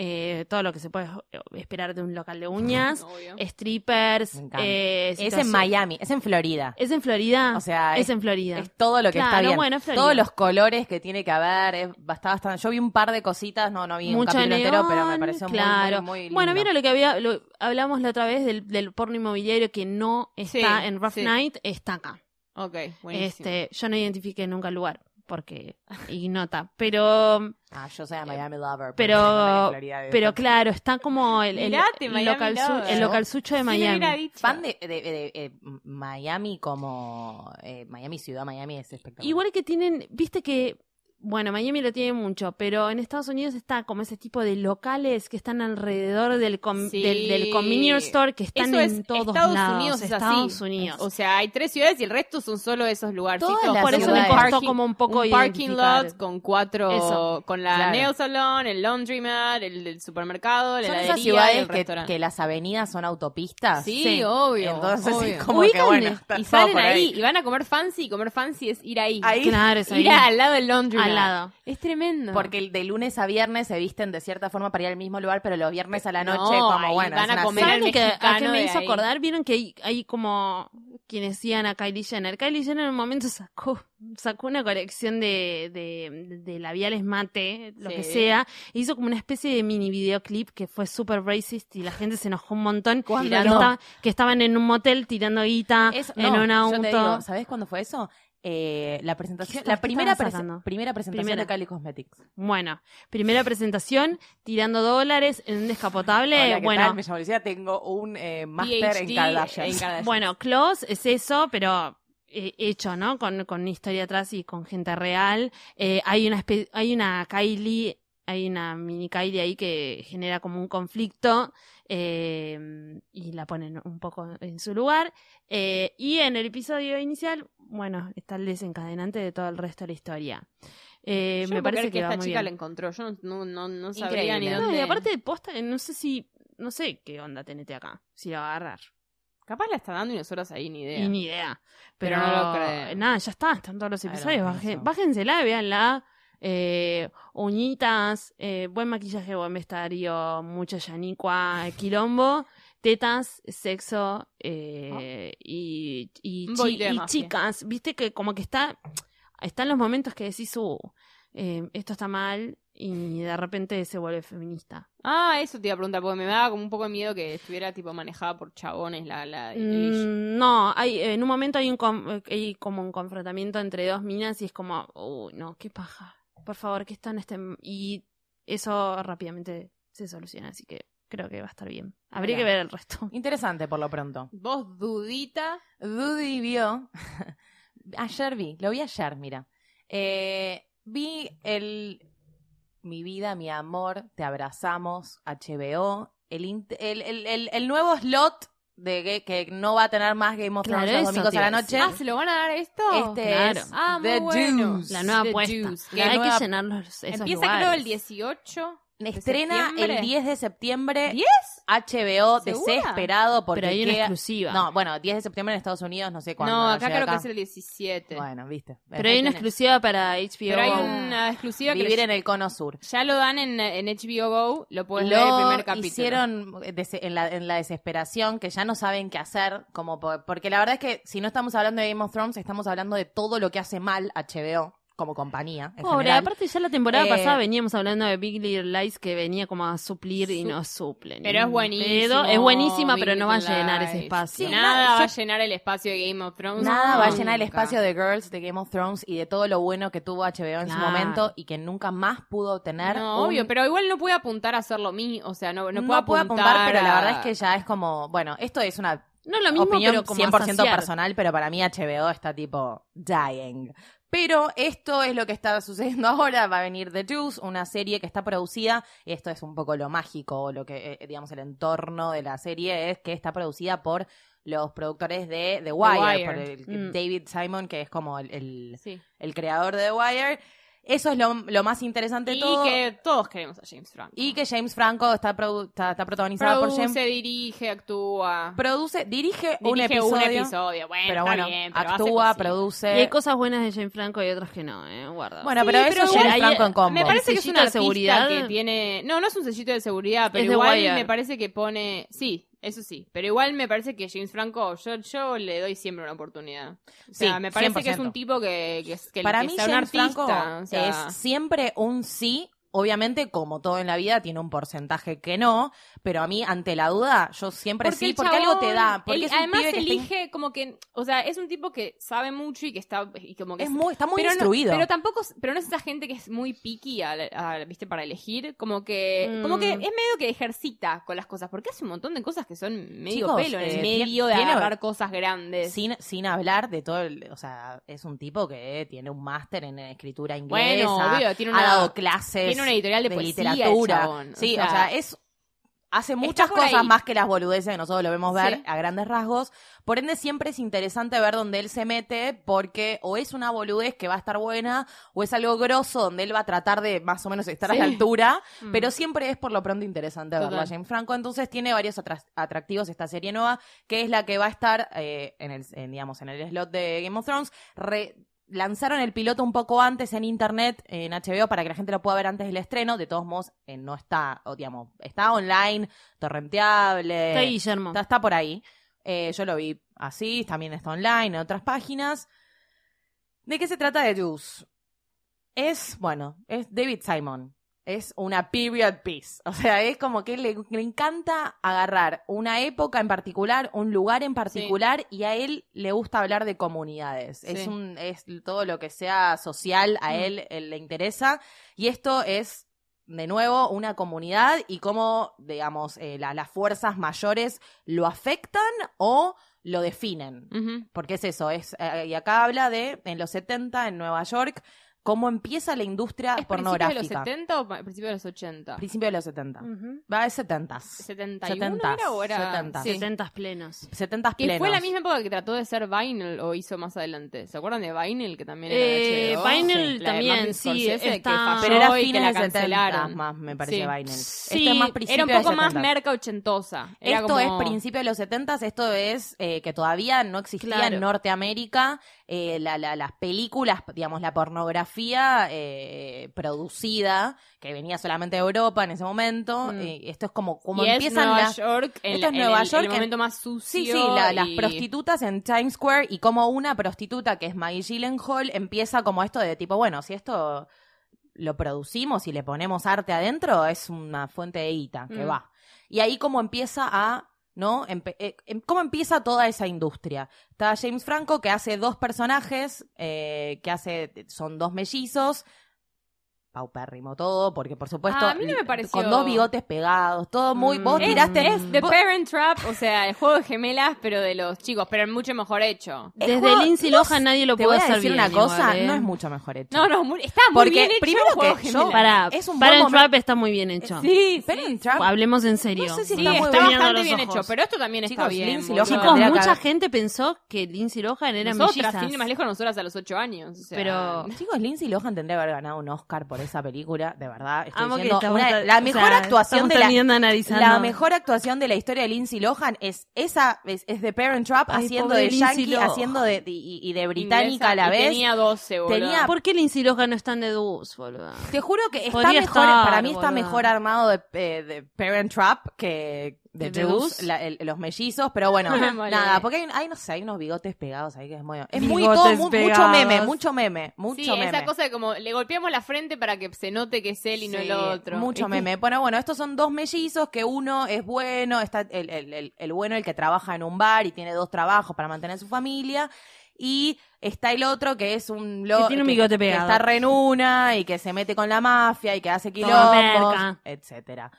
Speaker 3: eh, todo lo que se puede eh, esperar de un local de uñas.
Speaker 6: Obvio.
Speaker 3: strippers.
Speaker 5: Me encanta.
Speaker 3: eh,
Speaker 5: Es en
Speaker 3: situación-
Speaker 5: Miami, es en Florida.
Speaker 3: Es en Florida.
Speaker 5: O sea,
Speaker 3: es,
Speaker 5: Ah, es,
Speaker 3: en Florida.
Speaker 5: es todo lo que está
Speaker 3: Claro,
Speaker 5: bien.
Speaker 3: bueno, es Florida.
Speaker 5: Todos los colores que tiene que haber. Es, basta- basta- yo vi un par de cositas, no, no vi un
Speaker 3: Mucho
Speaker 5: capítulo entero, pero me
Speaker 3: neón,
Speaker 5: pareció muy,
Speaker 3: claro.
Speaker 5: muy, muy lindo.
Speaker 3: Bueno, mira lo que había, lo- hablamos la otra vez del, del porno inmobiliario que no está
Speaker 6: Sí,
Speaker 3: en Rough
Speaker 6: sí.
Speaker 3: Night, está acá.
Speaker 6: Ok, buenísimo.
Speaker 3: Este, yo no identifiqué nunca el lugar porque ignota, pero
Speaker 5: Ah, yo soy a Miami Lover.
Speaker 3: pero-
Speaker 5: no soy de Florida, de
Speaker 3: pero
Speaker 5: tanto.
Speaker 3: claro, está como el, el,
Speaker 6: Mirate,
Speaker 3: el
Speaker 6: Miami
Speaker 3: local su-
Speaker 6: Lover.
Speaker 3: el localzucho de
Speaker 6: ¿Quién hubiera
Speaker 3: Miami.
Speaker 6: dicho?
Speaker 5: Fan de, de- de- eh, Miami como... eh, Miami ciudad, Miami es espectacular.
Speaker 3: Igual que tienen, viste que, bueno, Miami lo tiene mucho, pero en Estados Unidos está como ese tipo de locales que están alrededor del, com-
Speaker 6: Sí.
Speaker 3: del, del convenience store que están
Speaker 6: Eso
Speaker 3: en
Speaker 6: es
Speaker 3: todos
Speaker 6: Estados
Speaker 3: lados.
Speaker 6: Unidos es
Speaker 3: Estados
Speaker 6: así.
Speaker 3: Unidos.
Speaker 6: O sea, hay tres ciudades y el resto son solo esos lugarcitos.
Speaker 5: Todas las
Speaker 3: Por eso me
Speaker 5: ciudades.
Speaker 3: costó
Speaker 6: Parking-
Speaker 3: como un poco
Speaker 6: un parking
Speaker 3: identificar.
Speaker 6: lot con cuatro
Speaker 3: Eso,
Speaker 6: con la
Speaker 5: claro.
Speaker 6: nail salon, el laundromat, el del supermercado, la
Speaker 5: Son
Speaker 6: heladería
Speaker 5: esas
Speaker 6: y el
Speaker 5: ciudades que,
Speaker 6: restaurante.
Speaker 5: que las avenidas son autopistas.
Speaker 6: Sí, obvio.
Speaker 5: Entonces
Speaker 6: obvio.
Speaker 5: es como que
Speaker 3: Ubican
Speaker 5: bueno.
Speaker 3: de-
Speaker 5: está
Speaker 6: y
Speaker 5: todo
Speaker 6: salen
Speaker 5: por
Speaker 6: ahí. y van a comer fancy y comer fancy es ir ahí.
Speaker 3: Claro, es ahí.
Speaker 6: Ir al lado del laundromat.
Speaker 3: Al lado.
Speaker 6: Es tremendo.
Speaker 5: Porque el de lunes a viernes se visten de cierta forma para ir al mismo lugar, pero los viernes a la
Speaker 6: No,
Speaker 5: noche,
Speaker 6: ahí
Speaker 5: como bueno,
Speaker 6: van
Speaker 5: es
Speaker 6: a
Speaker 5: una
Speaker 6: comer
Speaker 5: cena.
Speaker 3: ¿Saben
Speaker 6: al
Speaker 3: lo que, a
Speaker 6: mexicano
Speaker 3: qué me
Speaker 6: de
Speaker 3: hizo
Speaker 6: ahí.
Speaker 3: acordar? Vieron que hay, hay como quienes iban a Kylie Jenner. Kylie Jenner en un momento sacó, sacó una colección de, de, de labiales mate, lo
Speaker 6: Sí.
Speaker 3: que sea. e hizo como una especie de mini videoclip que fue super racist y la gente se enojó un montón. Que,
Speaker 5: Tirando-
Speaker 3: estaba- que estaban en un motel tirando guita
Speaker 5: Es-
Speaker 3: en
Speaker 5: no,
Speaker 3: un
Speaker 5: Yo te
Speaker 3: auto.
Speaker 5: digo, ¿Sabes cuándo fue eso? Eh, la presentación,
Speaker 3: ¿Qué
Speaker 5: la
Speaker 3: estás- qué
Speaker 5: primera,
Speaker 3: estabas
Speaker 5: prese-
Speaker 3: sacando?
Speaker 5: primera presentación
Speaker 3: Primera.
Speaker 5: de Cali Cosmetics.
Speaker 3: Bueno, primera presentación, tirando dólares en un descapotable.
Speaker 5: Hola, ¿qué
Speaker 3: bueno,
Speaker 5: tal? Me llamo Lucía, tengo un eh, máster en
Speaker 6: PhD
Speaker 5: Kardashian.
Speaker 6: en Kardashian.
Speaker 3: Bueno, Close es eso, pero eh, hecho, ¿no? Con, con una historia atrás y con gente real. Eh, hay, una espe- hay una Kylie, hay una mini Kylie ahí que genera como un conflicto eh, y la ponen un poco en su lugar. Eh, y en el episodio inicial, bueno, está el desencadenante de todo el resto de la historia. Eh,
Speaker 6: Yo no
Speaker 3: me
Speaker 6: puedo
Speaker 3: parece
Speaker 6: creer
Speaker 3: que,
Speaker 6: que
Speaker 3: va
Speaker 6: esta
Speaker 3: muy
Speaker 6: chica la
Speaker 3: bien.
Speaker 6: encontró. Yo no, no, no, no sabría ni
Speaker 5: Increíble.
Speaker 6: dónde.
Speaker 3: No, y aparte de posta, eh, no sé si, no sé qué onda tenete acá, si la va a agarrar.
Speaker 6: Capaz la está dando y nosotras ahí ni idea.
Speaker 3: Y ni idea.
Speaker 6: Pero
Speaker 3: Pero,
Speaker 6: no lo creo.
Speaker 3: Nada, ya está, están todos los
Speaker 5: I don't
Speaker 3: episodios.
Speaker 5: think
Speaker 3: baje-
Speaker 5: so.
Speaker 3: Bájensela, véanla. Eh, uñitas, eh, buen maquillaje, buen vestidario, mucha yanicua, eh, quilombo, tetas, sexo eh, y, y,
Speaker 6: Un
Speaker 3: chi-
Speaker 6: poquito de
Speaker 3: y
Speaker 6: mafia.
Speaker 3: chicas. Viste que como que está están los momentos que decís, uh, eh, esto está mal y de repente se vuelve feminista.
Speaker 6: Ah, eso te iba a preguntar, porque me daba como un poco de miedo que estuviera tipo manejada por chabones la, la el issue.
Speaker 3: Mm, no, hay, en un momento hay, un com- hay como un confrontamiento entre dos minas y es como, uy, no, qué paja. Por favor, que esto no esté... Y eso rápidamente se soluciona, así que creo que va a estar bien. Habría
Speaker 5: Mirá.
Speaker 3: que ver el resto.
Speaker 5: Interesante por lo pronto.
Speaker 6: Vos dudita.
Speaker 5: Dudy vio. ayer vi, lo vi ayer, mira. Eh, vi el Mi vida, mi amor, te abrazamos, HBO, el, int- el, el- el- el nuevo slot de que, que no va a tener más Game of Thrones
Speaker 3: Claro,
Speaker 5: los
Speaker 3: eso
Speaker 5: domingos
Speaker 3: te
Speaker 5: a la
Speaker 3: iba a
Speaker 5: noche.
Speaker 6: Ah, ¿se lo van a dar esto?
Speaker 5: Este
Speaker 3: Claro.
Speaker 5: es
Speaker 6: Ah, muy
Speaker 5: The
Speaker 6: bueno.
Speaker 5: Juice.
Speaker 3: La nueva
Speaker 6: The
Speaker 3: apuesta.
Speaker 6: Juice,
Speaker 3: hay
Speaker 5: la nueva-
Speaker 3: que llenar los, esos
Speaker 6: Empieza creo
Speaker 3: lugares.
Speaker 6: el 18. de
Speaker 5: Estrena
Speaker 6: septiembre.
Speaker 5: el 10 de septiembre.
Speaker 6: ¿10?
Speaker 5: HBO
Speaker 6: ¿Segura?
Speaker 5: desesperado porque
Speaker 3: Pero hay una
Speaker 5: queda-
Speaker 3: exclusiva.
Speaker 5: No, bueno, 10 de septiembre en Estados Unidos, no sé cuándo.
Speaker 6: No, acá
Speaker 5: llega
Speaker 6: creo que es el 17.
Speaker 5: Bueno, viste.
Speaker 3: Pero hay una
Speaker 5: Tenés-
Speaker 3: exclusiva para HBO.
Speaker 6: Pero hay
Speaker 3: Go.
Speaker 6: una exclusiva que
Speaker 5: Vivir
Speaker 6: lo-
Speaker 5: en el cono sur.
Speaker 6: ya lo dan en, en HBO Go, lo puedes ver el
Speaker 5: lo
Speaker 6: primer capítulo.
Speaker 5: hicieron des- en la, en la desesperación, que ya no saben qué hacer, como po- porque la verdad es que si no estamos hablando de Game of Thrones, estamos hablando de todo lo que hace mal HBO como compañía. en
Speaker 3: Pobre,
Speaker 5: general.
Speaker 3: aparte ya la temporada
Speaker 5: Eh,
Speaker 3: pasada veníamos hablando de Big Little Lies que venía como a suplir y
Speaker 6: Su-
Speaker 3: no suple. ni
Speaker 6: Pero es
Speaker 3: un
Speaker 6: buenísimo.
Speaker 3: pedo. Es buenísima,
Speaker 6: Big
Speaker 3: pero no va a
Speaker 6: Little
Speaker 3: llenar ese
Speaker 6: Lies.
Speaker 3: espacio.
Speaker 6: Sí, Nada
Speaker 5: no,
Speaker 6: va a
Speaker 5: yo-
Speaker 6: llenar el espacio de Game of Thrones.
Speaker 5: Nada va a llenar el
Speaker 6: nunca.
Speaker 5: espacio de Girls, de Game of Thrones y de todo lo bueno que tuvo HBO en su
Speaker 3: Claro.
Speaker 5: momento y que nunca más pudo tener.
Speaker 6: No,
Speaker 5: un-
Speaker 6: obvio, pero igual no puede apuntar a hacer lo mismo. O sea, no, no,
Speaker 5: no
Speaker 6: puede
Speaker 5: pudo
Speaker 6: apuntar,
Speaker 5: pero la
Speaker 6: a-
Speaker 5: verdad es que ya es como, bueno, esto es una
Speaker 3: No lo mismo,
Speaker 5: opinión
Speaker 3: pero como
Speaker 5: 100%
Speaker 3: asociar.
Speaker 5: personal, pero para mí HBO está tipo dying. Pero esto es lo que está sucediendo ahora. Va a venir The Juice, una serie que está producida. Esto es un poco lo mágico, o lo que, eh, digamos, el entorno de la serie es que está producida por los productores de The Wire,
Speaker 6: Wire.
Speaker 5: por el-
Speaker 3: Mm.
Speaker 5: David Simon, que es como el, el-
Speaker 6: Sí.
Speaker 5: el creador de The Wire. Eso es lo, lo más interesante de
Speaker 6: Y
Speaker 5: todo.
Speaker 6: que todos queremos a James Franco.
Speaker 5: Y que James Franco está, produ- está, está protagonizado por James.
Speaker 6: produce, dirige, actúa.
Speaker 5: Produce, dirige, un
Speaker 6: dirige
Speaker 5: episodio.
Speaker 6: un episodio. Bueno,
Speaker 5: Pero
Speaker 6: está
Speaker 5: bueno,
Speaker 6: bien, pero
Speaker 5: actúa,
Speaker 6: hace cositas.
Speaker 3: Y hay
Speaker 5: produce.
Speaker 3: cosas buenas de Jane Franco y otras que no, ¿eh? Guarda.
Speaker 5: Bueno, pero eso es James
Speaker 3: igual-
Speaker 5: Franco en combo.
Speaker 6: Me parece que es
Speaker 3: Sellito
Speaker 6: una
Speaker 3: de
Speaker 6: artista
Speaker 3: seguridad.
Speaker 6: que tiene. No, no es un sellito de seguridad, pero
Speaker 3: Es de
Speaker 6: igual
Speaker 3: Wire.
Speaker 6: me parece que pone. Sí, eso sí. Pero igual me parece que James Franco, yo, yo le doy siempre una oportunidad. O sea,
Speaker 5: Sí,
Speaker 6: me parece que es
Speaker 5: 100%.
Speaker 6: un tipo que, que, es- que,
Speaker 5: Para
Speaker 6: que
Speaker 5: mí
Speaker 6: sea un
Speaker 5: James
Speaker 6: artista.
Speaker 5: Franco
Speaker 6: o sea,
Speaker 5: es siempre un sí. Obviamente, como todo en la vida, tiene un porcentaje que no, pero a mí, ante la duda, yo siempre sí,
Speaker 6: el
Speaker 5: porque
Speaker 6: chabón,
Speaker 5: algo te da. Porque
Speaker 6: el-
Speaker 5: es un
Speaker 6: además
Speaker 5: pibe que está-
Speaker 6: elige como que, o sea, es un tipo que sabe mucho y que está y como que
Speaker 5: es muy, está muy
Speaker 6: pero
Speaker 5: instruido.
Speaker 6: No, pero tampoco, pero no es esa gente que es muy picky, al- al- viste, para elegir. Como que,
Speaker 3: Mm.
Speaker 6: como que es medio que ejercita con las cosas, porque hace un montón de cosas que son medio
Speaker 5: Chicos,
Speaker 6: pelo en
Speaker 5: eh,
Speaker 6: el
Speaker 5: tiene-
Speaker 6: medio de
Speaker 5: tiene-
Speaker 6: agarrar cosas grandes.
Speaker 5: sin, sin hablar de todo el, o sea, es un tipo que tiene un máster en escritura inglesa,
Speaker 6: Bueno, obvio, tiene una-
Speaker 5: ha dado clases,
Speaker 6: tiene una editorial de poesía, el
Speaker 5: literatura,
Speaker 6: chabón, o
Speaker 5: sí,
Speaker 6: sea,
Speaker 5: o sea, es hace muchas
Speaker 6: por
Speaker 5: cosas
Speaker 6: ahí.
Speaker 5: más que las boludeces que nosotros lo vemos ver
Speaker 6: Sí.
Speaker 5: a grandes rasgos, por ende siempre es interesante ver dónde él se mete porque o es una boludez que va a estar buena o es algo grosso donde él va a tratar de más o menos estar
Speaker 6: Sí.
Speaker 5: a la altura,
Speaker 6: Mm.
Speaker 5: pero siempre es por lo pronto interesante verlo a
Speaker 6: Total.
Speaker 5: James Franco, entonces tiene varios atras- atractivos esta serie nueva que es la que va a estar eh, en el, en, digamos, en el slot de Game of Thrones. Re- lanzaron el piloto un poco antes en internet, en HBO, para que la gente lo pueda ver antes del estreno. De todos modos, eh, no está, o, digamos, está online, torrenteable.
Speaker 3: Está ahí, Guillermo.
Speaker 5: Está, está por ahí. Eh, yo lo vi así, también está online en otras páginas. ¿De qué se trata de Juice? Es, bueno, es David Simon. Es una period piece. O sea, es como que le, le encanta agarrar una época en particular, un lugar en particular, y a él le gusta hablar de comunidades. Es,
Speaker 6: Sí.
Speaker 5: un, es todo lo que sea social, a él, él le interesa. Y esto es de nuevo una comunidad y cómo, digamos, eh, la- las fuerzas mayores lo afectan o lo definen.
Speaker 6: Ujú.
Speaker 5: Porque es eso, es eh, y acá habla de en los 70 en Nueva York cómo empieza la industria
Speaker 6: ¿Es principio de los
Speaker 5: pornográfica.
Speaker 6: 70 o pa- principio de los 80?
Speaker 5: Principio de los 70.
Speaker 6: Mm.
Speaker 3: Ujú.
Speaker 5: Va, es 70.
Speaker 6: 71
Speaker 5: 70s,
Speaker 6: era o era
Speaker 5: 70s.
Speaker 6: Sí.
Speaker 3: 70 plenos.
Speaker 5: 70
Speaker 6: Que
Speaker 5: plenos.
Speaker 6: fue la misma época que trató de ser Vinyl o hizo más adelante. ¿Se acuerdan de Vinyl? Que también era
Speaker 3: Eh,
Speaker 6: HBO?
Speaker 3: Vinyl
Speaker 6: Sí. La de
Speaker 3: también,
Speaker 6: Martin
Speaker 3: sí,
Speaker 6: Scorsese, que
Speaker 3: está-
Speaker 6: falló
Speaker 5: Pero era
Speaker 6: y que
Speaker 5: fines
Speaker 6: la
Speaker 5: de 70
Speaker 6: cancelaron.
Speaker 5: más, me parece,
Speaker 6: Sí.
Speaker 5: Vinyl.
Speaker 3: Sí,
Speaker 5: Este es más
Speaker 6: Era
Speaker 5: principio
Speaker 6: un
Speaker 5: de
Speaker 6: poco más
Speaker 5: 70s.
Speaker 6: merca ochentosa. Era
Speaker 5: Esto
Speaker 6: como-
Speaker 5: es principio de los 70, esto es eh, que todavía no existía
Speaker 3: Claro.
Speaker 5: en Norteamérica eh, la- la- las películas, digamos, la pornografía eh, producida, que venía solamente de Europa en ese momento.
Speaker 6: Mm.
Speaker 5: eh, esto es como, como
Speaker 6: y es
Speaker 5: empiezan
Speaker 6: Nueva
Speaker 5: las...
Speaker 6: York en,
Speaker 5: esto es
Speaker 6: en
Speaker 5: Nueva
Speaker 6: el, en
Speaker 5: York
Speaker 6: el
Speaker 5: en-
Speaker 6: momento más sucio.
Speaker 5: Sí, sí, la- las
Speaker 6: y-
Speaker 5: prostitutas en Times Square y como una prostituta que es Maggie Gyllenhaal empieza como esto de tipo, bueno, si esto lo producimos y le ponemos arte adentro, es una fuente de guita que
Speaker 3: Mm.
Speaker 5: va. Y ahí como empieza a, ¿no? Empe- eh, em- ¿Cómo empieza toda esa industria? Está James Franco que hace dos personajes, eh, que hace, son dos mellizos, paupérrimo todo, porque por supuesto,
Speaker 6: Ah, a mí no me pareció-
Speaker 5: con dos bigotes pegados, todo muy, vos
Speaker 3: Mm.
Speaker 5: tiraste...
Speaker 3: Es-
Speaker 6: The
Speaker 5: vos-
Speaker 6: Parent Trap, o sea, el juego de gemelas, pero de los chicos, pero mucho mejor hecho.
Speaker 5: El
Speaker 3: Desde
Speaker 5: juego-
Speaker 3: Lindsay
Speaker 5: no
Speaker 3: Lohan
Speaker 5: sé,
Speaker 3: nadie lo
Speaker 5: Te
Speaker 3: puede
Speaker 5: voy a
Speaker 3: hacer
Speaker 5: decir
Speaker 3: bien
Speaker 5: una cosa,
Speaker 3: igual, ¿eh?
Speaker 5: no es mucho mejor hecho.
Speaker 6: No, no, muy, está muy
Speaker 5: Porque
Speaker 6: bien hecho
Speaker 5: primero
Speaker 6: el juego
Speaker 5: que
Speaker 6: de
Speaker 5: yo-
Speaker 6: gemelas.
Speaker 3: Para,
Speaker 5: Es un
Speaker 3: para
Speaker 5: buen
Speaker 3: el
Speaker 5: momento.
Speaker 3: trap está muy bien hecho.
Speaker 5: Sí, Parent Trap,
Speaker 3: Hablemos en serio.
Speaker 5: No sé si
Speaker 6: Sí,
Speaker 5: está
Speaker 6: está,
Speaker 5: muy
Speaker 3: estoy mirando
Speaker 6: bastante
Speaker 3: los
Speaker 6: bien hecho,
Speaker 3: ojos.
Speaker 6: pero esto también está
Speaker 5: Chicos,
Speaker 6: bien.
Speaker 5: Lindsay
Speaker 6: boludo.
Speaker 5: Lohan
Speaker 3: Chicos,
Speaker 5: tendría que
Speaker 3: mucha
Speaker 5: haber-
Speaker 3: gente pensó que Lindsay Lohan era
Speaker 6: Nosotras,
Speaker 3: mellizas.
Speaker 6: sin ir más lejos, nosotras a los 8 años. o sea,
Speaker 3: Pero-
Speaker 5: Chicos, Lindsay Lohan tendría que haber ganado un Oscar por esa película, de verdad. Estoy
Speaker 3: Amo que
Speaker 5: diciendo,
Speaker 3: estamos
Speaker 5: una-
Speaker 3: tra-
Speaker 5: la
Speaker 3: o
Speaker 5: mejor
Speaker 3: sea,
Speaker 5: actuación
Speaker 3: estamos
Speaker 5: de la,
Speaker 3: terminando analizando.
Speaker 5: la mejor actuación de la historia de Lindsay Lohan es esa es, es de Parent Trap
Speaker 3: Ay,
Speaker 5: haciendo
Speaker 3: pobre
Speaker 5: de
Speaker 3: Lindsay
Speaker 5: yankee,
Speaker 3: Lohan.
Speaker 5: haciendo de, de- y, y de
Speaker 6: inglesa,
Speaker 5: británica a la
Speaker 6: y
Speaker 5: vez.
Speaker 6: Tenía 12, boludo.
Speaker 5: Tenía-
Speaker 3: ¿Por qué Lindsay Lohan no está en The Deuce, boludo?
Speaker 5: Te juro que está
Speaker 3: Podría
Speaker 5: mejor,
Speaker 3: estar,
Speaker 5: para mí está
Speaker 3: boluda.
Speaker 5: mejor armado de, eh, de Parent Trap que de
Speaker 3: ¿De
Speaker 5: Juice,
Speaker 3: Juice?
Speaker 5: la- el- los mellizos, pero bueno,
Speaker 6: Vale.
Speaker 5: nada, porque hay, hay, no sé, hay unos bigotes pegados ahí que es muy... Es muy
Speaker 3: Bigotes
Speaker 5: todo, mu- mucho
Speaker 3: pegados.
Speaker 5: meme, mucho meme, mucho
Speaker 6: Sí,
Speaker 5: meme.
Speaker 6: esa cosa de como le golpeamos la frente para que se note que es él y no
Speaker 5: Sí,
Speaker 6: el otro.
Speaker 5: Mucho
Speaker 6: Es que-
Speaker 5: meme. Bueno, bueno, estos son dos mellizos que uno es bueno, está el, el- el- el bueno, el que trabaja en un bar y tiene dos trabajos para mantener su familia. Y está el otro que es un lo-
Speaker 3: Que tiene un bigote
Speaker 5: que
Speaker 3: pegado.
Speaker 5: está re en una y que se mete con la mafia y que hace quilombos,
Speaker 3: merca.
Speaker 5: etcétera.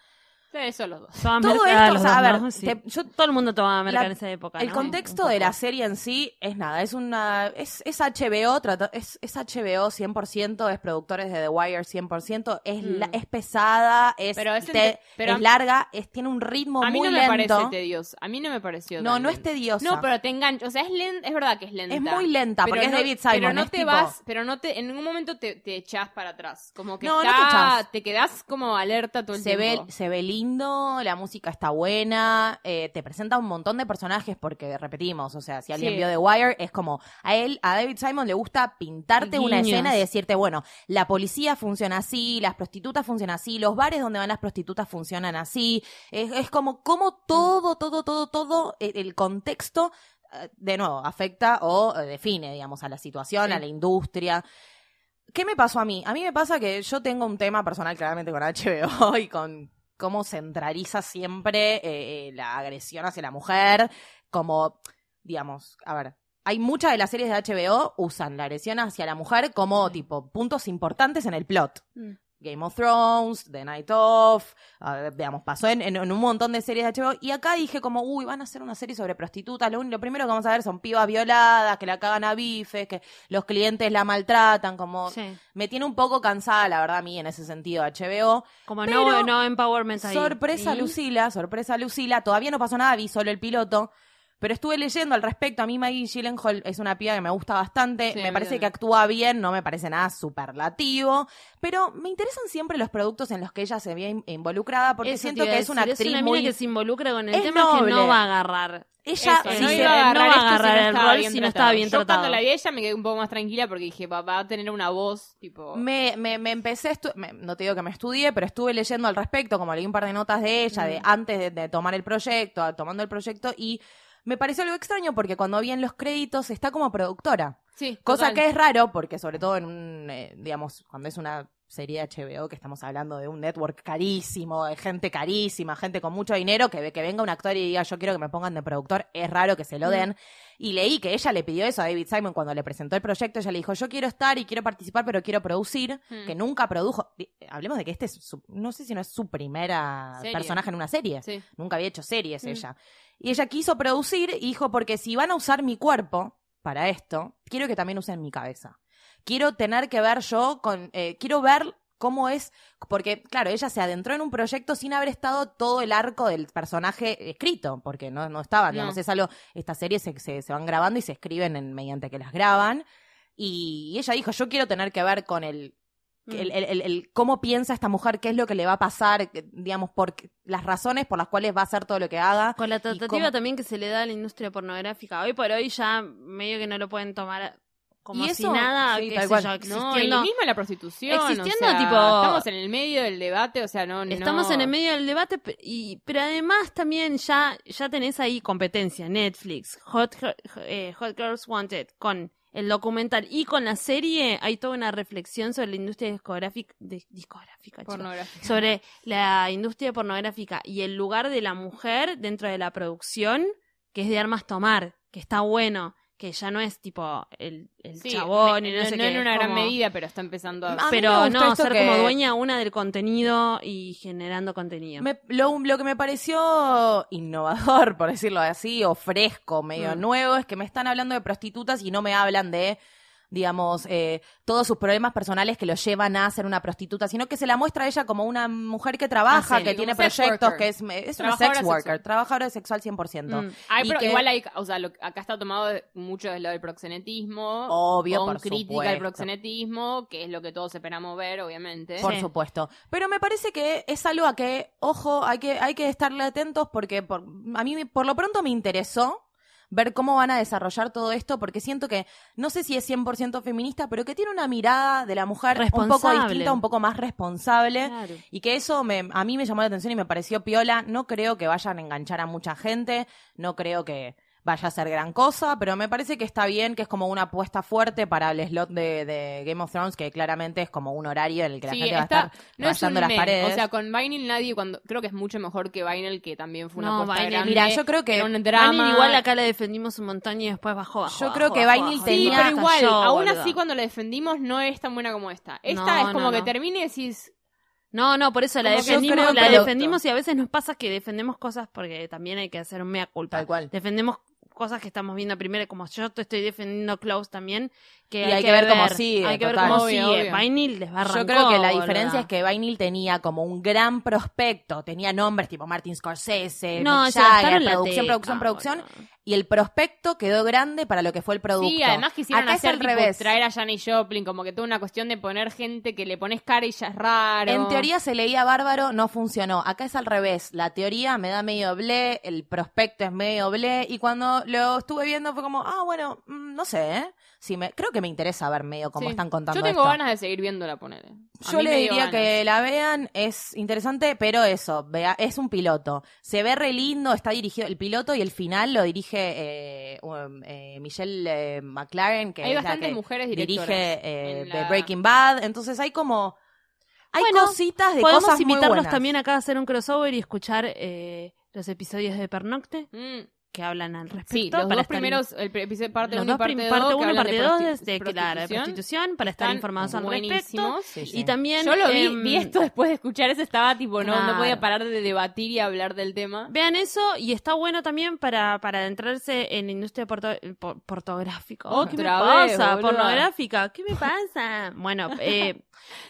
Speaker 6: Sí, son los dos.
Speaker 3: Tomaban
Speaker 5: Todo
Speaker 3: merca
Speaker 5: esto,
Speaker 3: los
Speaker 5: o sea,
Speaker 3: dos,
Speaker 5: a ver,
Speaker 3: ¿no? Sí.
Speaker 5: te- yo-
Speaker 3: todo el mundo tomaba merca
Speaker 5: la-
Speaker 3: en esa época.
Speaker 5: El
Speaker 3: ¿no?
Speaker 5: contexto
Speaker 3: Un
Speaker 5: de la
Speaker 3: poco.
Speaker 5: serie en sí es nada, es una es, es HBO, trata- es, es HBO 100%, es productores de The Wire 100%, es la-
Speaker 6: Mm.
Speaker 5: es pesada, es
Speaker 6: Pero es
Speaker 5: te-
Speaker 6: ente- pero
Speaker 5: es
Speaker 6: a-
Speaker 5: larga, es tiene un ritmo
Speaker 6: A mí
Speaker 5: muy
Speaker 6: no me parece
Speaker 5: lento.
Speaker 6: tedioso. A mí no me pareció.
Speaker 5: no,
Speaker 6: tan
Speaker 5: no es
Speaker 6: lento.
Speaker 5: tediosa.
Speaker 6: No, pero te engancha. O sea, es, len- es verdad que es lenta.
Speaker 5: es muy lenta porque es
Speaker 6: no-
Speaker 5: David Simon,
Speaker 6: Pero no
Speaker 5: es
Speaker 6: te
Speaker 5: tipo-
Speaker 6: vas, pero no te, en ningún momento te, te echás para atrás. Como que
Speaker 5: No, no
Speaker 6: está-
Speaker 5: te echás.
Speaker 6: te quedás como alerta todo el
Speaker 5: se ve,
Speaker 6: tiempo.
Speaker 5: se ve lindo, la música está buena, eh, te presenta un montón de personajes porque repetimos, o sea, si alguien
Speaker 6: Sí.
Speaker 5: vio The Wire, es como a él, a David Simon le gusta pintarte una
Speaker 3: Guiños.
Speaker 5: escena y decirte, bueno, la policía funciona así, las prostitutas funcionan así, los bares donde van las prostitutas funcionan así, es, es como, como todo, todo, todo, todo eh, el contexto, eh, de nuevo, afecta o eh, define, digamos, a la situación,
Speaker 6: Sí.
Speaker 5: a la industria. ¿Qué me pasó a mí? A mí me pasa que yo tengo un tema personal claramente con HBO y con cómo centraliza siempre eh, eh, la agresión hacia la mujer, como, digamos, a ver, hay muchas de las series de HBO usan la agresión hacia la mujer como tipo puntos importantes en el plot.
Speaker 3: Mm.
Speaker 5: Game of Thrones, The Night Of, a ver, digamos, pasó en, en- en un montón de series de HBO. Y acá dije como, uy, van a hacer una serie sobre prostitutas. Lo, un- lo primero que vamos a ver son pibas violadas, que la cagan a bifes, que los clientes la maltratan, como...
Speaker 3: Sí.
Speaker 5: Me tiene un poco cansada, la verdad, a mí en ese sentido HBO.
Speaker 3: Como
Speaker 5: Pero-
Speaker 3: no, no empowerment ahí.
Speaker 5: Sorpresa,
Speaker 3: ¿Y?
Speaker 5: Lucila, sorpresa, Lucila. Todavía no pasó nada, vi solo el piloto. Pero estuve leyendo al respecto. A mí Maggie Gyllenhaal es una piba que me gusta bastante.
Speaker 6: Sí, a
Speaker 5: me
Speaker 6: mí
Speaker 5: parece
Speaker 6: también.
Speaker 5: que actúa bien, no me parece nada superlativo. Pero me interesan siempre los productos en los que ella se ve in- involucrada porque
Speaker 3: Eso te
Speaker 5: siento
Speaker 3: iba a
Speaker 5: que es una
Speaker 3: decir,
Speaker 5: actriz
Speaker 3: mina
Speaker 5: muy...
Speaker 3: que se involucra con el
Speaker 5: Es
Speaker 3: tema que
Speaker 5: noble.
Speaker 3: no va a agarrar.
Speaker 5: Ella
Speaker 6: Eso,
Speaker 5: sí
Speaker 6: no
Speaker 5: se-
Speaker 6: iba a
Speaker 3: no
Speaker 6: agarrar,
Speaker 3: va a
Speaker 6: esto si
Speaker 3: agarrar
Speaker 6: no
Speaker 3: el
Speaker 6: estaba
Speaker 3: rol
Speaker 6: bien
Speaker 3: si no
Speaker 6: tratado.
Speaker 3: estaba bien
Speaker 6: Yo cuando
Speaker 3: tratado.
Speaker 6: la vi a ella me quedé un poco más tranquila porque dije, va, va a tener una voz, tipo...
Speaker 5: Me, me, me empecé, a estu- me- no te digo que me estudié, pero estuve leyendo al respecto, como leí un par de notas de ella, de antes de, de tomar el proyecto, a- tomando el proyecto, y me pareció algo extraño porque cuando vi en los créditos está como productora,
Speaker 6: Sí,
Speaker 5: cosa
Speaker 6: total.
Speaker 5: que es raro porque sobre todo en un, eh, digamos, cuando es una sería HBO, que estamos hablando de un network carísimo, de gente carísima, gente con mucho dinero, que, ve- que venga un actor y diga, yo quiero que me pongan de productor, es raro que se lo den. Y leí que ella le pidió eso a David Simon cuando le presentó el proyecto, ella le dijo, yo quiero estar y quiero participar, pero quiero producir,
Speaker 6: Hmm.
Speaker 5: que nunca produjo. Di- Hablemos de que este es, su- no sé si no es su primera
Speaker 6: Serie.
Speaker 5: personaje en una serie.
Speaker 6: Sí. Mm.
Speaker 5: Nunca había hecho series ella. Y ella quiso producir y dijo, porque si van a usar mi cuerpo para esto, quiero que también usen mi cabeza. Quiero tener que ver yo con, eh, quiero ver cómo es, porque claro, ella se adentró en un proyecto sin haber estado todo el arco del personaje escrito, porque no, no estaban, digamos,
Speaker 6: No.
Speaker 5: es algo, estas series se, se- se van grabando y se escriben en- mediante que las graban. Y ella dijo, yo quiero tener que ver con el,
Speaker 3: Hmm.
Speaker 6: Mm.
Speaker 5: el, el- el- el cómo piensa esta mujer, qué es lo que le va a pasar, que, digamos, por qué- las razones por las cuales va a hacer todo lo que haga.
Speaker 3: Con la
Speaker 5: cómo-
Speaker 3: tratativa también que se le da a la industria pornográfica. Hoy por hoy ya medio que no lo pueden tomar como
Speaker 5: Y
Speaker 3: si
Speaker 5: eso,
Speaker 3: nada,
Speaker 5: sí,
Speaker 3: qué
Speaker 5: tal
Speaker 3: sé
Speaker 5: cual.
Speaker 3: yo,
Speaker 5: No,
Speaker 6: No, y
Speaker 3: existiendo.
Speaker 6: lo mismo la prostitución.
Speaker 3: Existiendo,
Speaker 6: o sea,
Speaker 3: tipo-
Speaker 6: Estamos en el medio del debate, o sea, no. no-
Speaker 3: Estamos en el medio del debate, pe- y, pero además también ya, ya tenés ahí competencia, Netflix, Hot, Gir- eh, Hot Girls Wanted, con el documental y con la serie, hay toda una reflexión sobre la industria discográfica, de- discográfica chicos.
Speaker 6: Pornografía.
Speaker 3: sobre la industria pornográfica y el lugar de la mujer dentro de la producción, que es de armas tomar, que está bueno, que ya no es tipo el, el
Speaker 6: Sí,
Speaker 3: chabón
Speaker 6: me-
Speaker 3: y no, sé
Speaker 6: no
Speaker 3: qué,
Speaker 6: en
Speaker 3: es
Speaker 6: una gran
Speaker 3: como-
Speaker 6: medida, pero está empezando a.
Speaker 5: A mí me
Speaker 3: Pero
Speaker 5: gustó
Speaker 3: no,
Speaker 5: esto
Speaker 3: ser
Speaker 5: que-
Speaker 3: como dueña una del contenido y generando contenido.
Speaker 5: Me- lo, lo que me pareció innovador, por decirlo así, o fresco, medio
Speaker 3: Mm.
Speaker 5: nuevo, es que me están hablando de prostitutas y no me hablan de, digamos, eh, todos sus problemas personales que lo llevan a ser una prostituta, sino que se la muestra a ella como una mujer que trabaja,
Speaker 6: Ah, sí,
Speaker 5: que
Speaker 6: como
Speaker 5: tiene
Speaker 6: sex
Speaker 5: proyectos,
Speaker 6: worker.
Speaker 5: que es, es una
Speaker 6: Trabajadora
Speaker 5: sex worker,
Speaker 6: sexual.
Speaker 5: trabajadora sexual 100%.
Speaker 3: Mm.
Speaker 6: Ay,
Speaker 5: y
Speaker 6: pero
Speaker 5: que-
Speaker 6: igual hay, o sea, lo- acá está tomado de- mucho de lo del proxenetismo.
Speaker 5: Obvio,
Speaker 6: con
Speaker 5: por
Speaker 6: crítica al
Speaker 5: supuesto.
Speaker 6: proxenetismo, que es lo que todos esperamos ver, obviamente.
Speaker 5: Por
Speaker 3: Sí.
Speaker 5: supuesto. Pero me parece que es algo a que, ojo, hay que, hay que estarle atentos porque por- a mí me- por lo pronto me interesó ver cómo van a desarrollar todo esto porque siento que, no sé si es 100% feminista, pero que tiene una mirada de la mujer un poco
Speaker 3: Responsable.
Speaker 5: distinta, un poco más responsable.
Speaker 3: Claro.
Speaker 5: Y que eso me- a mí me llamó la atención y me pareció piola. No creo que vayan a enganchar a mucha gente, no creo que vaya a ser gran cosa, pero me parece que está bien, que es como una apuesta fuerte para el slot de, de Game of Thrones, que claramente es como un horario en el que la
Speaker 6: Sí,
Speaker 5: gente va a
Speaker 6: está-
Speaker 5: estar
Speaker 6: no es un
Speaker 5: rayando las
Speaker 6: men,
Speaker 5: paredes.
Speaker 6: O sea, con Vinyl nadie cuando creo que es mucho mejor que Vinyl que también fue una
Speaker 3: No,
Speaker 6: apuesta
Speaker 3: Vinyl,
Speaker 6: grande.
Speaker 5: Mira, yo creo que
Speaker 6: era un drama.
Speaker 3: Vanil igual acá la defendimos un montón y después bajó, bajó.
Speaker 5: Yo creo
Speaker 3: bajó,
Speaker 5: que
Speaker 3: bajó,
Speaker 5: Vanil
Speaker 3: bajó.
Speaker 5: tenía-
Speaker 6: Sí, pero igual,
Speaker 3: Cayó,
Speaker 6: aún
Speaker 3: boluda.
Speaker 6: así cuando la defendimos no es tan buena como esta. Esta
Speaker 3: No,
Speaker 6: es como
Speaker 3: no,
Speaker 6: que
Speaker 3: no.
Speaker 6: termina y decís,
Speaker 3: No, no, por eso la
Speaker 5: Como que yo
Speaker 3: defendimos,
Speaker 5: creo
Speaker 3: la
Speaker 5: que-
Speaker 3: defendimos y a veces nos pasa que defendemos cosas porque también hay que hacer un mea culpa.
Speaker 5: Tal cual.
Speaker 3: Defendemos cosas que estamos viendo primero, como yo te estoy defendiendo Klaus también, que
Speaker 5: Y
Speaker 3: hay, que ver
Speaker 5: cómo sigue,
Speaker 3: Hay que ver
Speaker 5: total.
Speaker 3: cómo
Speaker 6: Obvio,
Speaker 3: sigue.
Speaker 6: obvio.
Speaker 3: Vinyl les va
Speaker 5: Yo creo que la diferencia es que Vinyl tenía como un gran prospecto, tenía nombres tipo Martin Scorsese,
Speaker 3: no,
Speaker 5: Mick
Speaker 3: se gastaron
Speaker 5: Jagger,
Speaker 3: la
Speaker 5: producción,
Speaker 3: teta,
Speaker 5: producción, producción,
Speaker 3: boluda.
Speaker 5: y el prospecto quedó grande para lo que fue el producto.
Speaker 6: sí, además quisieron
Speaker 5: Acá es
Speaker 6: hacer
Speaker 5: al
Speaker 6: tipo,
Speaker 5: revés.
Speaker 6: traer a Janis Joplin, como que toda una cuestión de poner gente que le pones cara y ya es raro.
Speaker 5: En teoría se leía bárbaro, no funcionó. Acá es al revés. La teoría me da medio ble, el prospecto es medio ble, y cuando lo estuve viendo fue como, ah, bueno, mm, no sé, ¿eh? Sí, me, creo que me interesa ver medio cómo
Speaker 6: Sí.
Speaker 5: están contando
Speaker 6: Yo tengo
Speaker 5: esto.
Speaker 6: ganas de seguir viéndola poner.
Speaker 5: Yo le diría que la vean, es interesante, pero eso, vea, es un piloto. Se ve re lindo, está dirigido el piloto y el final lo dirige eh, um, eh, Michelle eh, McLaren, que
Speaker 6: Hay
Speaker 5: es la
Speaker 6: bastantes
Speaker 5: que
Speaker 6: mujeres directoras
Speaker 5: dirige eh,
Speaker 6: en
Speaker 5: The
Speaker 6: la-
Speaker 5: Breaking Bad. Entonces hay como. Hay
Speaker 3: Bueno,
Speaker 5: cositas de
Speaker 3: Podemos
Speaker 5: cosas muy
Speaker 3: invitarlos
Speaker 5: buenas.
Speaker 3: también acá a hacer un crossover y escuchar eh, los episodios de Pernocte
Speaker 6: Mm,
Speaker 3: que hablan al respecto.
Speaker 6: Sí, los
Speaker 3: para
Speaker 6: dos
Speaker 3: estar-
Speaker 6: primeros, el pre- episodio parte
Speaker 3: los
Speaker 6: 1 y
Speaker 3: dos
Speaker 6: parte
Speaker 3: prim-
Speaker 6: 2,
Speaker 3: parte
Speaker 6: que
Speaker 3: uno y
Speaker 6: hablan
Speaker 3: parte
Speaker 6: de
Speaker 3: 2
Speaker 6: prosti-
Speaker 3: desde que la prostitución para estar
Speaker 6: están
Speaker 3: informados al respecto.
Speaker 6: buenísimos.
Speaker 5: Sí, sí.
Speaker 3: Y también
Speaker 6: Yo lo vi,
Speaker 3: em,
Speaker 6: vi esto después de escuchar eso, estaba tipo, no,
Speaker 3: Claro.
Speaker 6: no podía parar de debatir y hablar del tema.
Speaker 3: Vean eso y está bueno también para, para adentrarse en la industria porto- por- pornográfica. Oh, ¿Qué me
Speaker 6: Otra vez,
Speaker 3: pasa?
Speaker 6: boluda.
Speaker 3: Pornográfica. ¿Qué me pasa? Bueno, eh,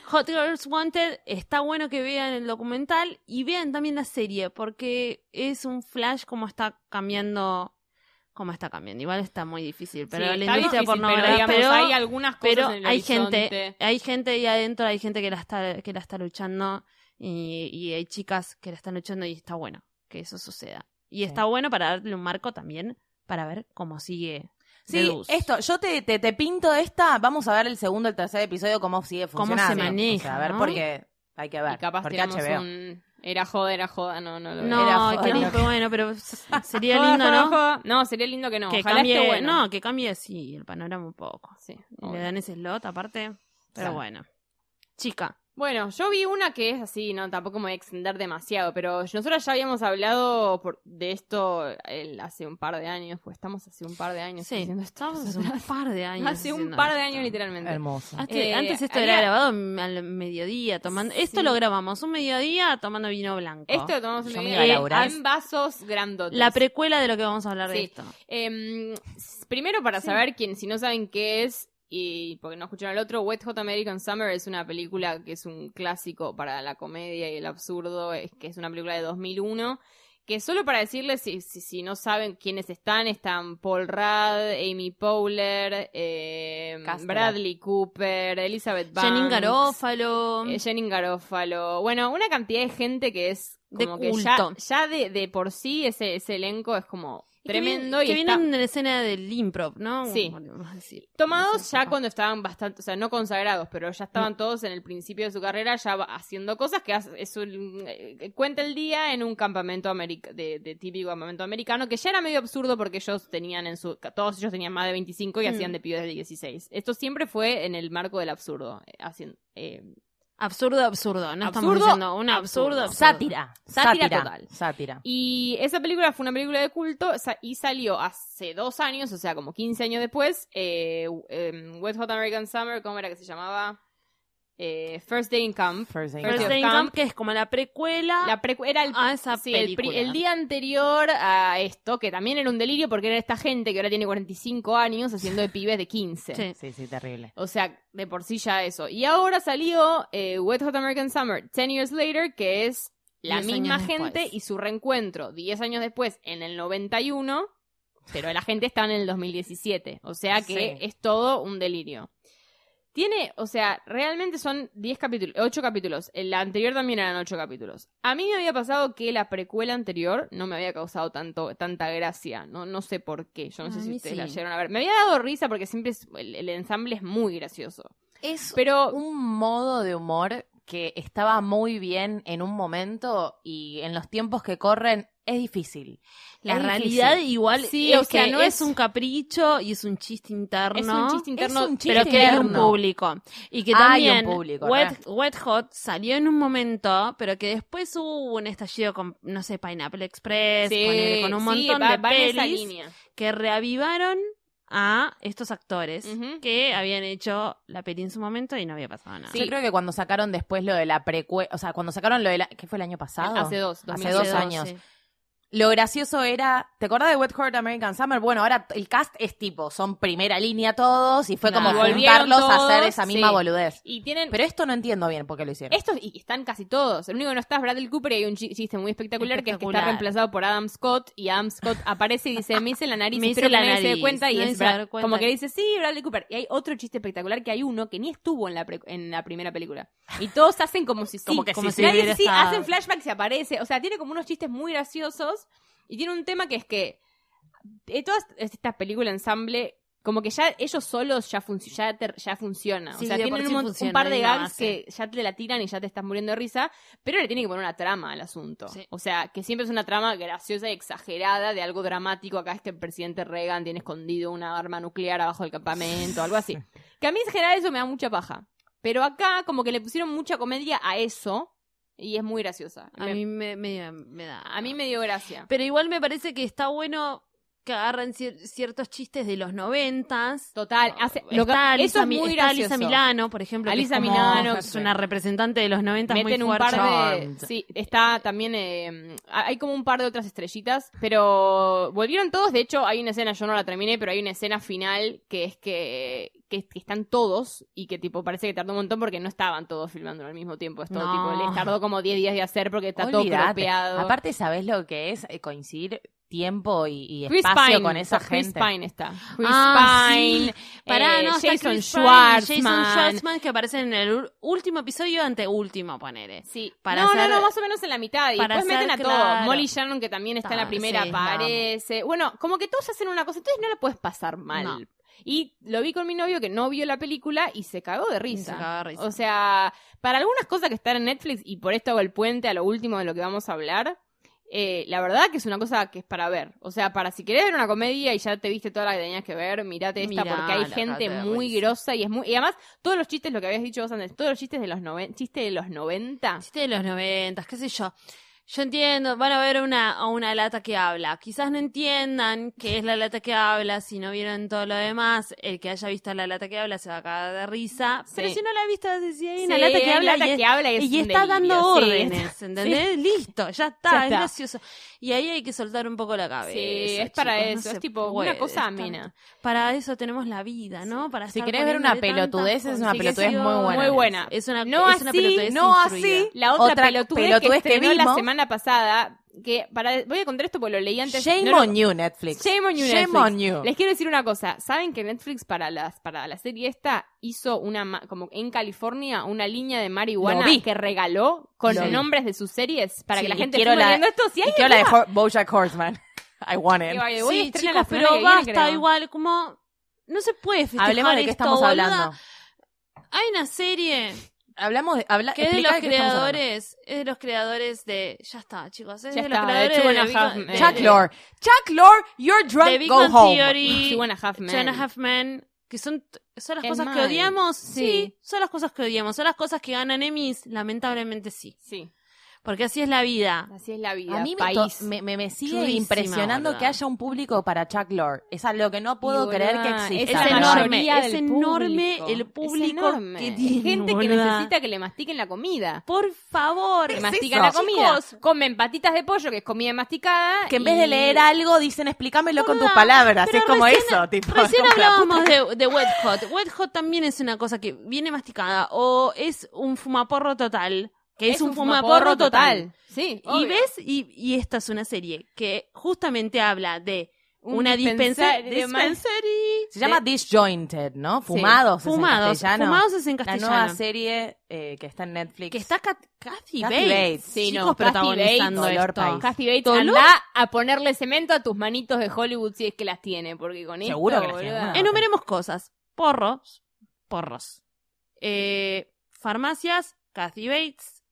Speaker 3: Hot Girls Wanted está bueno que vean el documental y vean también la serie porque es un flash cómo está cambiando. Cómo está cambiando. Igual está muy difícil, pero
Speaker 6: Sí,
Speaker 3: la
Speaker 6: está
Speaker 3: industria
Speaker 6: difícil, pero,
Speaker 3: pornográfica.
Speaker 6: digamos,
Speaker 3: pero-
Speaker 6: hay algunas cosas
Speaker 3: pero
Speaker 6: en el
Speaker 3: hay
Speaker 6: horizonte.
Speaker 3: gente hay gente ahí adentro hay gente que la está que la está luchando y, y hay chicas que la están luchando y está bueno que eso suceda y está bueno para darle un marco también para ver cómo sigue
Speaker 5: Sí,
Speaker 3: Deduce.
Speaker 5: esto, yo te, te, te pinto esta, vamos a ver el segundo, el tercer episodio, cómo sigue
Speaker 3: Cómo se
Speaker 5: funcionando.
Speaker 3: maneja,
Speaker 5: O sea, a ver,
Speaker 3: ¿no?
Speaker 5: porque hay que ver.
Speaker 6: Y capaz
Speaker 5: porque
Speaker 6: tiramos
Speaker 5: HBO.
Speaker 6: un... Era joda, era joda, no, no lo veo. Era
Speaker 3: no
Speaker 5: joda,
Speaker 3: qué
Speaker 5: ¿no?
Speaker 3: lindo, bueno pero s- sería
Speaker 6: joda,
Speaker 3: lindo
Speaker 6: joda,
Speaker 3: no
Speaker 6: joda. No, sería lindo que no.
Speaker 3: que
Speaker 6: Ojalá
Speaker 3: cambie
Speaker 6: esté bueno.
Speaker 3: no que cambie sí el panorama un poco
Speaker 6: Sí,
Speaker 3: le
Speaker 6: obvio.
Speaker 3: dan ese slot aparte pero
Speaker 5: Sí.
Speaker 3: bueno chica
Speaker 6: Bueno, yo vi una que es así, no, tampoco me voy a extender demasiado, pero nosotros ya habíamos hablado por- de esto el- hace un par de años, pues estamos hace un par de años
Speaker 3: Sí,
Speaker 6: haciendo esto.
Speaker 3: estamos hace un par de años.
Speaker 6: Hace un
Speaker 3: haciendo
Speaker 6: par de
Speaker 3: esto.
Speaker 6: años literalmente.
Speaker 5: Hermosa.
Speaker 3: Antes,
Speaker 6: Eh,
Speaker 3: antes esto
Speaker 6: había-
Speaker 3: era grabado m- al mediodía, tomando. Esto
Speaker 6: Sí.
Speaker 3: lo grabamos un mediodía tomando vino blanco.
Speaker 6: Esto lo tomamos
Speaker 5: Yo
Speaker 6: un
Speaker 5: me
Speaker 6: video
Speaker 5: iba a
Speaker 6: eh,
Speaker 5: laburar.
Speaker 6: en vasos grandotes.
Speaker 3: la precuela de lo que vamos a hablar de
Speaker 6: Sí.
Speaker 3: esto.
Speaker 6: Em, s- primero para saber quién, si no saben qué es y porque no escucharon el otro, Wet Hot American Summer es una película que es un clásico para la comedia y el absurdo, es que es una película de 2001 que solo para decirles, si, si, si no saben quiénes están, están Paul Rudd, Amy Powler, em,
Speaker 5: Castro.
Speaker 6: Bradley Cooper, Elizabeth Banks,
Speaker 3: Janine Garófalo.
Speaker 6: eh, Jenning Garofalo. Bueno, una cantidad de gente que es
Speaker 3: De
Speaker 6: como que ya,
Speaker 3: culto.
Speaker 6: ya de, de por sí ese, ese elenco es como
Speaker 3: Que vienen-
Speaker 6: tremendo
Speaker 3: Que
Speaker 6: y está
Speaker 3: vienen de la escena del improv, ¿no?
Speaker 6: Sí.
Speaker 3: Como le vamos a decir.
Speaker 6: tomados
Speaker 3: Ese-
Speaker 6: ya cuando estaban bastante, o sea, no consagrados, pero ya
Speaker 3: Mm.
Speaker 6: estaban todos en el principio de su carrera ya va- haciendo cosas que hace- es un, eh, cuenta el día en un campamento america- de, de típico campamento americano que ya era medio absurdo porque ellos tenían en su todos ellos tenían más de 25 y
Speaker 3: Mm.
Speaker 6: hacían de pibes de 16. Esto siempre fue en el marco del absurdo, eh, haciendo eh,
Speaker 3: Absurdo, absurdo. No estamos
Speaker 6: Absurdo,
Speaker 3: diciendo un absurdo.
Speaker 6: absurdo.
Speaker 3: absurdo.
Speaker 5: Sátira.
Speaker 6: Sátira
Speaker 5: Sátira.
Speaker 6: total.
Speaker 5: Sátira.
Speaker 6: Y esa película fue una película de culto sa- y salió hace dos años, o sea, como 15 años después, eh, em, Wet Hot American Summer, ¿cómo era que se llamaba? Eh, First Day in Camp.
Speaker 5: First Day in
Speaker 3: First
Speaker 6: First
Speaker 5: Camp.
Speaker 3: Day in Camp, que es como la precuela
Speaker 6: La precu- era el,
Speaker 3: a Ah, esa
Speaker 6: sí, el,
Speaker 3: película.
Speaker 6: pri- el día anterior a esto, que también era un delirio porque era esta gente que ahora tiene 45 años haciendo de pibes de 15.
Speaker 3: Sí.
Speaker 5: Sí, sí, terrible.
Speaker 6: O sea, de por sí ya eso. Y ahora salió eh, Wet Hot American Summer, 10 Years Later, que es la
Speaker 3: Diez
Speaker 6: misma
Speaker 3: años
Speaker 6: gente
Speaker 3: después.
Speaker 6: y su reencuentro 10 años después en el 91, pero la gente está en el 2017. O sea que
Speaker 5: Sí.
Speaker 6: es todo un delirio. Tiene, o sea, realmente son 10 capítulos, 8 capítulos. En La anterior también eran 8 capítulos. A mí me había pasado que la precuela anterior no me había causado tanto, tanta gracia. No, no sé por qué. Yo no sé
Speaker 3: A
Speaker 6: si
Speaker 3: mí
Speaker 6: ustedes la
Speaker 3: sí.
Speaker 6: llegaron a ver. Me había dado risa porque siempre es- el, el ensamble es muy gracioso.
Speaker 5: Es
Speaker 6: Pero
Speaker 5: un modo de humor que estaba muy bien en un momento y en los tiempos que corren es difícil.
Speaker 3: La
Speaker 5: Es
Speaker 3: realidad
Speaker 5: difícil.
Speaker 3: igual
Speaker 6: Sí,
Speaker 3: es
Speaker 6: o sea,
Speaker 3: que
Speaker 6: no
Speaker 3: es,
Speaker 6: es-
Speaker 3: un capricho y es un chiste interno.
Speaker 6: es un chiste interno.
Speaker 5: un chiste
Speaker 3: pero que hay un
Speaker 5: interno.
Speaker 3: público. Y que
Speaker 5: Hay un
Speaker 3: también
Speaker 5: público,
Speaker 3: Wet, Wet Hot salió en un momento, pero que después hubo un estallido con, no sé, Pineapple Express,
Speaker 6: Sí,
Speaker 3: ponele, con un
Speaker 6: sí,
Speaker 3: montón
Speaker 6: va-
Speaker 3: de
Speaker 6: va en esa
Speaker 3: pelis
Speaker 6: línea.
Speaker 3: que reavivaron a estos actores
Speaker 6: Ujú.
Speaker 3: que habían hecho la peli en su momento y no había pasado nada.
Speaker 5: Yo creo que cuando sacaron después lo de la precuela, o sea, cuando sacaron lo de la... ¿Qué fue el año pasado?
Speaker 6: Hace dos,
Speaker 5: Hace dos
Speaker 6: 2012.
Speaker 5: años. Lo gracioso era, ¿te acordás de Wet Hot American Summer? Bueno, ahora t- el cast es tipo, son primera línea todos y fue como
Speaker 6: Claro.
Speaker 5: juntarlos
Speaker 6: Volvieron
Speaker 5: a hacer
Speaker 6: todos,
Speaker 5: esa misma
Speaker 6: sí.
Speaker 5: boludez.
Speaker 6: Y tienen.
Speaker 5: Pero esto no entiendo bien por qué lo hicieron.
Speaker 6: Estos, y están casi todos. El único que no está es Bradley Cooper y hay un chi- chiste muy espectacular, que es que está
Speaker 3: Espectacular.
Speaker 6: reemplazado por Adam Scott y Adam Scott aparece y dice, me hice la nariz,
Speaker 3: Me hice
Speaker 6: espero que
Speaker 3: la
Speaker 6: nadie se dé
Speaker 3: nariz,
Speaker 6: cuenta y
Speaker 3: nadie
Speaker 6: es
Speaker 3: se va a
Speaker 6: Brad-
Speaker 3: dar cuenta.
Speaker 6: como que le dice, sí, Bradley Cooper. Y hay otro chiste espectacular que hay uno que ni estuvo en la, pre- en la primera película. Y todos hacen como si sí,
Speaker 5: Como que sí,
Speaker 6: si
Speaker 5: sí,
Speaker 6: nadie-
Speaker 5: hubiera
Speaker 6: sí,
Speaker 5: estado.
Speaker 6: hacen flashbacks y aparece. O sea, tiene como unos chistes muy graciosos y tiene un tema que es que eh, todas estas películas ensamble como que ya ellos solos ya, func- ya, te- ya funciona.
Speaker 3: Sí,
Speaker 6: o sea,
Speaker 3: de
Speaker 6: tienen
Speaker 3: por
Speaker 6: un,
Speaker 3: sí
Speaker 6: mon- un
Speaker 3: funciona,
Speaker 6: par de
Speaker 3: hay una
Speaker 6: gags que
Speaker 3: base.
Speaker 6: ya te la tiran y ya te estás muriendo de risa, pero le tienen que poner una trama al asunto.
Speaker 3: Sí.
Speaker 6: O sea, que siempre es una trama graciosa y exagerada de algo dramático. Acá es que el presidente Reagan tiene escondido una arma nuclear abajo del campamento, algo así. Que a mí en general eso me da mucha paja. Pero acá como que le pusieron mucha comedia a eso y es muy graciosa.
Speaker 3: A
Speaker 6: Me-
Speaker 3: mí me, me- me da.
Speaker 6: a mí me dio gracia.
Speaker 3: Pero igual me parece que está bueno que agarren cier- ciertos chistes de los noventas.
Speaker 6: Total, hace, lo que-
Speaker 3: está
Speaker 6: eso
Speaker 3: Lisa,
Speaker 6: es
Speaker 3: Mi-
Speaker 6: muy
Speaker 3: está
Speaker 6: gracioso.
Speaker 3: Lisa Milano, por ejemplo. que
Speaker 6: Alisa
Speaker 3: es como-
Speaker 6: Milano,
Speaker 3: es una representante de los noventas muy
Speaker 6: meten
Speaker 3: fuerte.
Speaker 6: un par de
Speaker 5: Charmed.
Speaker 6: sí está también eh, hay como un par de otras estrellitas pero volvieron todos de hecho hay una escena yo no la terminé pero hay una escena final que es que que, que están todos y que tipo parece que tardó un montón porque no estaban todos filmando al mismo tiempo es todo
Speaker 3: No.
Speaker 6: tipo les tardó como 10 días de hacer porque está todo
Speaker 5: Olvídate.
Speaker 6: cropeado
Speaker 5: Aparte, ¿sabés lo que es eh, coincidir tiempo y, y
Speaker 6: Chris
Speaker 5: espacio
Speaker 6: Pine
Speaker 5: con esa
Speaker 6: Chris
Speaker 5: gente?
Speaker 6: Pine está Chris
Speaker 3: Ah,
Speaker 6: Pine
Speaker 3: sí. Pará,
Speaker 6: eh,
Speaker 3: no, está
Speaker 6: Jason
Speaker 3: Chris Pine y Jason
Speaker 6: Schwartzman
Speaker 3: Schwartzman que aparece en el ul- último episodio ante último, ponele.
Speaker 6: Sí.
Speaker 3: eh, Para
Speaker 6: no,
Speaker 3: hacer-
Speaker 6: no, no, más o menos en la mitad. Y
Speaker 3: para
Speaker 6: después meten a
Speaker 3: hacer
Speaker 6: todos.
Speaker 3: claro.
Speaker 6: Molly Shannon, que también está en la
Speaker 5: Ah,
Speaker 6: primera,
Speaker 5: sí,
Speaker 6: aparece. Bueno, como que todos hacen una cosa, entonces no la puedes pasar mal.
Speaker 3: No.
Speaker 6: Y lo vi con mi novio que no vio la película y se cagó de risa.
Speaker 3: se cagó de risa.
Speaker 6: O sea, para algunas cosas que están en Netflix, y por esto hago el puente a lo último de lo que vamos a hablar, Eh, la verdad que es una cosa que es para ver. O sea, para si querés ver una comedia y ya te viste toda la que tenías que ver, mirate esta
Speaker 7: Mirá,
Speaker 6: porque hay
Speaker 7: la
Speaker 6: gente
Speaker 7: Casa de
Speaker 6: muy
Speaker 7: Risa.
Speaker 6: grosa y es muy... Y además, todos los chistes, lo que habías dicho vos antes, todos los chistes de los, noven... chistes de los 90
Speaker 3: Chiste de los noventas, qué sé yo. Yo entiendo, van a ver una, a una lata que habla. Quizás no entiendan qué es la lata que habla, si no vieron todo lo demás, el que haya visto la lata que habla se va a cagar de risa. Pero
Speaker 6: Sí.
Speaker 3: si no la ha visto, va a decir, "Sí, hay
Speaker 6: Sí,
Speaker 3: una lata que
Speaker 6: hay
Speaker 3: habla
Speaker 6: lata
Speaker 3: y, es-
Speaker 6: que habla y es
Speaker 3: y
Speaker 6: un
Speaker 3: está dando
Speaker 6: delirio, sí,
Speaker 3: órdenes,
Speaker 6: está-
Speaker 3: ¿entendés? Listo, ya está,
Speaker 6: Ya
Speaker 3: es
Speaker 6: está.
Speaker 3: gracioso. Y ahí hay que soltar un poco la cabeza.
Speaker 6: Sí, es para
Speaker 3: chicos, no
Speaker 6: eso,
Speaker 3: se
Speaker 6: es tipo una
Speaker 3: puede,
Speaker 6: cosa
Speaker 3: es
Speaker 6: amena.
Speaker 3: tanto. Para eso tenemos la vida, ¿no? Para
Speaker 5: Si
Speaker 3: estar
Speaker 5: querés ver una
Speaker 3: poniéndole tantas
Speaker 5: pelotudez, es una pelotudez muy
Speaker 3: consignas.
Speaker 5: buena.
Speaker 6: muy buena.
Speaker 3: Es una,
Speaker 6: no
Speaker 3: es una
Speaker 6: así,
Speaker 3: pelotudez
Speaker 6: no
Speaker 3: instruida.
Speaker 6: así. La otra,
Speaker 5: Otra
Speaker 6: pelotudez,
Speaker 5: pelotudez
Speaker 6: que
Speaker 5: que
Speaker 6: estrenó la
Speaker 5: vimos.
Speaker 6: semana pasada, que para voy a contar esto porque lo leí antes.
Speaker 5: Shame
Speaker 6: no lo-
Speaker 5: on you, Netflix.
Speaker 6: Shame on you,
Speaker 5: Shame
Speaker 6: Netflix.
Speaker 5: on you.
Speaker 6: Les quiero decir una cosa. ¿Saben que Netflix para las para la serie esta hizo una ma- como en California una línea de marihuana
Speaker 5: Lo vi.
Speaker 6: que regaló con
Speaker 5: Lo vi.
Speaker 6: nombres de sus series para
Speaker 5: Sí,
Speaker 6: que la
Speaker 5: y
Speaker 6: gente
Speaker 5: quiero
Speaker 6: siga
Speaker 5: la-
Speaker 6: viendo esto? Si
Speaker 5: y
Speaker 6: alguien
Speaker 5: quiero la de
Speaker 6: quiera-
Speaker 5: Ho- Bojack Horseman. I want it.
Speaker 6: que vaya, voy a
Speaker 3: Sí,
Speaker 6: estrenar
Speaker 3: chicos,
Speaker 6: la semana
Speaker 3: pero
Speaker 6: que viene,
Speaker 3: basta
Speaker 6: creo.
Speaker 3: igual, como no se puede festejar
Speaker 5: Hablemos de qué
Speaker 3: esto,
Speaker 5: estamos
Speaker 3: boluda.
Speaker 5: hablando.
Speaker 3: Hay una serie
Speaker 5: Hablamos de, habla,
Speaker 3: que es de
Speaker 5: explica
Speaker 3: los
Speaker 5: qué estamos hablando.
Speaker 3: creadores, es de los creadores de, ya está, chicos, es
Speaker 6: Ya
Speaker 3: de
Speaker 6: está,
Speaker 3: los
Speaker 6: de
Speaker 3: creadores
Speaker 6: Two
Speaker 3: de,
Speaker 6: and a
Speaker 3: Big-
Speaker 6: Half
Speaker 3: de-
Speaker 6: Men.
Speaker 5: Chuck Lore. Chuck Lore, you're
Speaker 3: de
Speaker 5: drunk,
Speaker 3: Big
Speaker 5: go
Speaker 3: Bang
Speaker 5: home.
Speaker 3: Theory,
Speaker 6: Two and a Half Men.
Speaker 3: Two and a Half Men, que son son las
Speaker 6: Es
Speaker 3: cosas que
Speaker 6: mal.
Speaker 3: odiamos, sí,
Speaker 6: Sí.
Speaker 3: son las cosas que odiamos, son las cosas que ganan Emmys, lamentablemente sí,
Speaker 6: Sí,
Speaker 3: porque así es la vida.
Speaker 6: así es la vida.
Speaker 5: A mí me, to-
Speaker 6: país.
Speaker 5: me, me- me sigue
Speaker 3: Chudísima,
Speaker 5: impresionando
Speaker 3: boluda.
Speaker 5: que haya un público para Chuck Lore. Es algo que no puedo
Speaker 6: Y,
Speaker 5: creer que
Speaker 6: boluda,
Speaker 3: es
Speaker 5: exista.
Speaker 6: la
Speaker 5: pero-
Speaker 3: enorme,
Speaker 6: mayoría
Speaker 3: es
Speaker 6: del
Speaker 3: enorme el público
Speaker 6: Es enorme.
Speaker 3: que
Speaker 6: Es
Speaker 3: tiene,
Speaker 6: gente que
Speaker 3: boluda.
Speaker 6: necesita que le mastiquen la comida.
Speaker 3: Por favor,
Speaker 6: Que
Speaker 5: es
Speaker 6: mastican
Speaker 5: eso?
Speaker 6: la comida.
Speaker 3: Chicos,
Speaker 6: Comen patitas de pollo, que es comida masticada.
Speaker 5: Que en vez de
Speaker 6: y-
Speaker 5: leer algo, dicen explícamelo con tus
Speaker 3: Boluda,
Speaker 5: palabras.
Speaker 3: pero
Speaker 5: Es como
Speaker 3: recién-
Speaker 5: eso. Tipo,
Speaker 3: Recién
Speaker 5: como la
Speaker 3: hablábamos
Speaker 5: puta que-
Speaker 3: de, de Wet Hot. Wet Hot también es una cosa que viene masticada o es un fumaporro total. Que es, un, fumaporro, total.
Speaker 6: Sí.
Speaker 3: Y
Speaker 6: obvio.
Speaker 3: ves, y, y esta es una serie que justamente habla de
Speaker 6: Un
Speaker 3: una dispensa-
Speaker 6: dispensari- de ma-
Speaker 3: dispensary.
Speaker 5: Se llama
Speaker 3: de-
Speaker 5: Disjointed, ¿no? Fumados. es en
Speaker 3: Fumados.
Speaker 5: castellano.
Speaker 3: Fumados es en
Speaker 5: La
Speaker 3: castellano.
Speaker 5: nueva serie eh, que está en Netflix.
Speaker 3: que está Kat- Kathy
Speaker 5: Kathy
Speaker 3: Bates.
Speaker 5: Bates.
Speaker 6: Sí,
Speaker 3: chicos,
Speaker 6: no, Kathy
Speaker 3: protagonizando
Speaker 5: Bates,
Speaker 3: esto.
Speaker 5: Dolor País.
Speaker 6: Kathy Bates,
Speaker 3: Dolor-
Speaker 6: anda a ponerle cemento a tus manitos de Hollywood si es que las tiene, porque con esto,
Speaker 5: Seguro que las tiene,
Speaker 6: boluda.
Speaker 5: boluda.
Speaker 3: Enumeremos cosas. Porros. Porros. Eh, farmacias. Kathy Bates.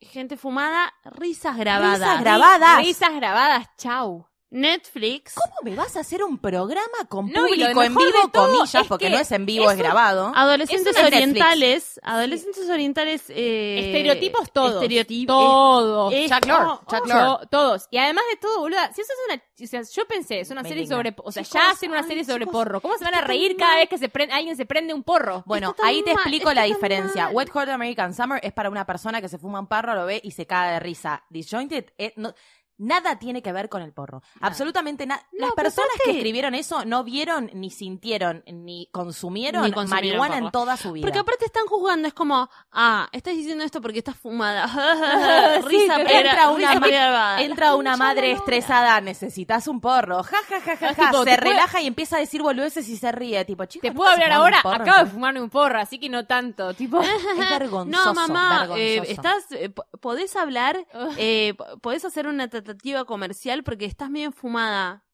Speaker 3: Gente fumada. Risas grabadas.
Speaker 5: Risas grabadas.
Speaker 6: Risas grabadas, chau.
Speaker 3: Netflix.
Speaker 5: ¿Cómo me vas a hacer un programa con
Speaker 6: No, y lo
Speaker 5: público en
Speaker 6: mejor de
Speaker 5: vivo,
Speaker 6: todo
Speaker 5: comillas,
Speaker 6: es
Speaker 5: porque
Speaker 6: que
Speaker 5: no es en vivo,
Speaker 6: es
Speaker 5: es,
Speaker 6: un-
Speaker 5: grabado?
Speaker 3: Adolescentes
Speaker 5: Es una Netflix.
Speaker 3: orientales. Adolescentes orientales. eh,
Speaker 6: Estereotipos todos.
Speaker 3: Estereotipos.
Speaker 6: Todos.
Speaker 3: es-
Speaker 5: Chuck Lore,
Speaker 3: oh,
Speaker 5: Chuck
Speaker 6: To-
Speaker 5: Lore.
Speaker 6: todos. Y además de todo, boluda, si eso es una. o sea, yo pensé, es una
Speaker 5: Me
Speaker 6: serie
Speaker 5: indigna.
Speaker 6: sobre. O sea,
Speaker 3: Chicos,
Speaker 6: ya hacen una
Speaker 3: ay,
Speaker 6: serie sobre
Speaker 3: chicos,
Speaker 6: porro. ¿Cómo se van a
Speaker 3: está tan
Speaker 6: reír cada
Speaker 3: mal.
Speaker 6: vez que se prende, alguien se prende un porro?
Speaker 5: Bueno,
Speaker 3: Está tan
Speaker 5: ahí te
Speaker 3: mal,
Speaker 5: explico
Speaker 3: está
Speaker 5: la
Speaker 3: tan
Speaker 5: diferencia.
Speaker 3: mal.
Speaker 5: Wet Hot American Summer es para una persona que se fuma un parro, lo ve y se caga de risa. Disjointed, eh, no- nada tiene que ver con el porro. Absolutamente nada.
Speaker 3: No,
Speaker 5: Las
Speaker 3: pero
Speaker 5: personas que
Speaker 3: aparte-
Speaker 5: escribieron eso no vieron, ni sintieron, ni consumieron,
Speaker 3: Ni consumieron
Speaker 5: marihuana
Speaker 3: porro.
Speaker 5: en toda su vida.
Speaker 3: Porque aparte están juzgando, es como, ah, estás diciendo esto porque estás fumada. risa,
Speaker 5: entra
Speaker 3: entra
Speaker 5: una ma-
Speaker 6: Ah,
Speaker 3: una,
Speaker 5: Entra una madre estresada, necesitas un porro. Ja, ja, ja, ja,
Speaker 6: No,
Speaker 5: ja.
Speaker 6: tipo, te
Speaker 5: se
Speaker 6: puedo-
Speaker 5: relaja y empieza a decir boludeces y se ríe. Tipo, chico,
Speaker 6: Te
Speaker 5: ¿nunca
Speaker 6: puedo
Speaker 5: se
Speaker 6: hablar
Speaker 5: fumaron
Speaker 6: ahora,
Speaker 5: un porro?
Speaker 6: acabo de fumarme un porro, así que no tanto. Tipo,
Speaker 5: Es vergonzoso.
Speaker 3: No, mamá,
Speaker 5: vergonzoso.
Speaker 3: eh, estás, eh, po- podés hablar, eh, po- podés hacer una tratativa comercial porque estás medio enfumada.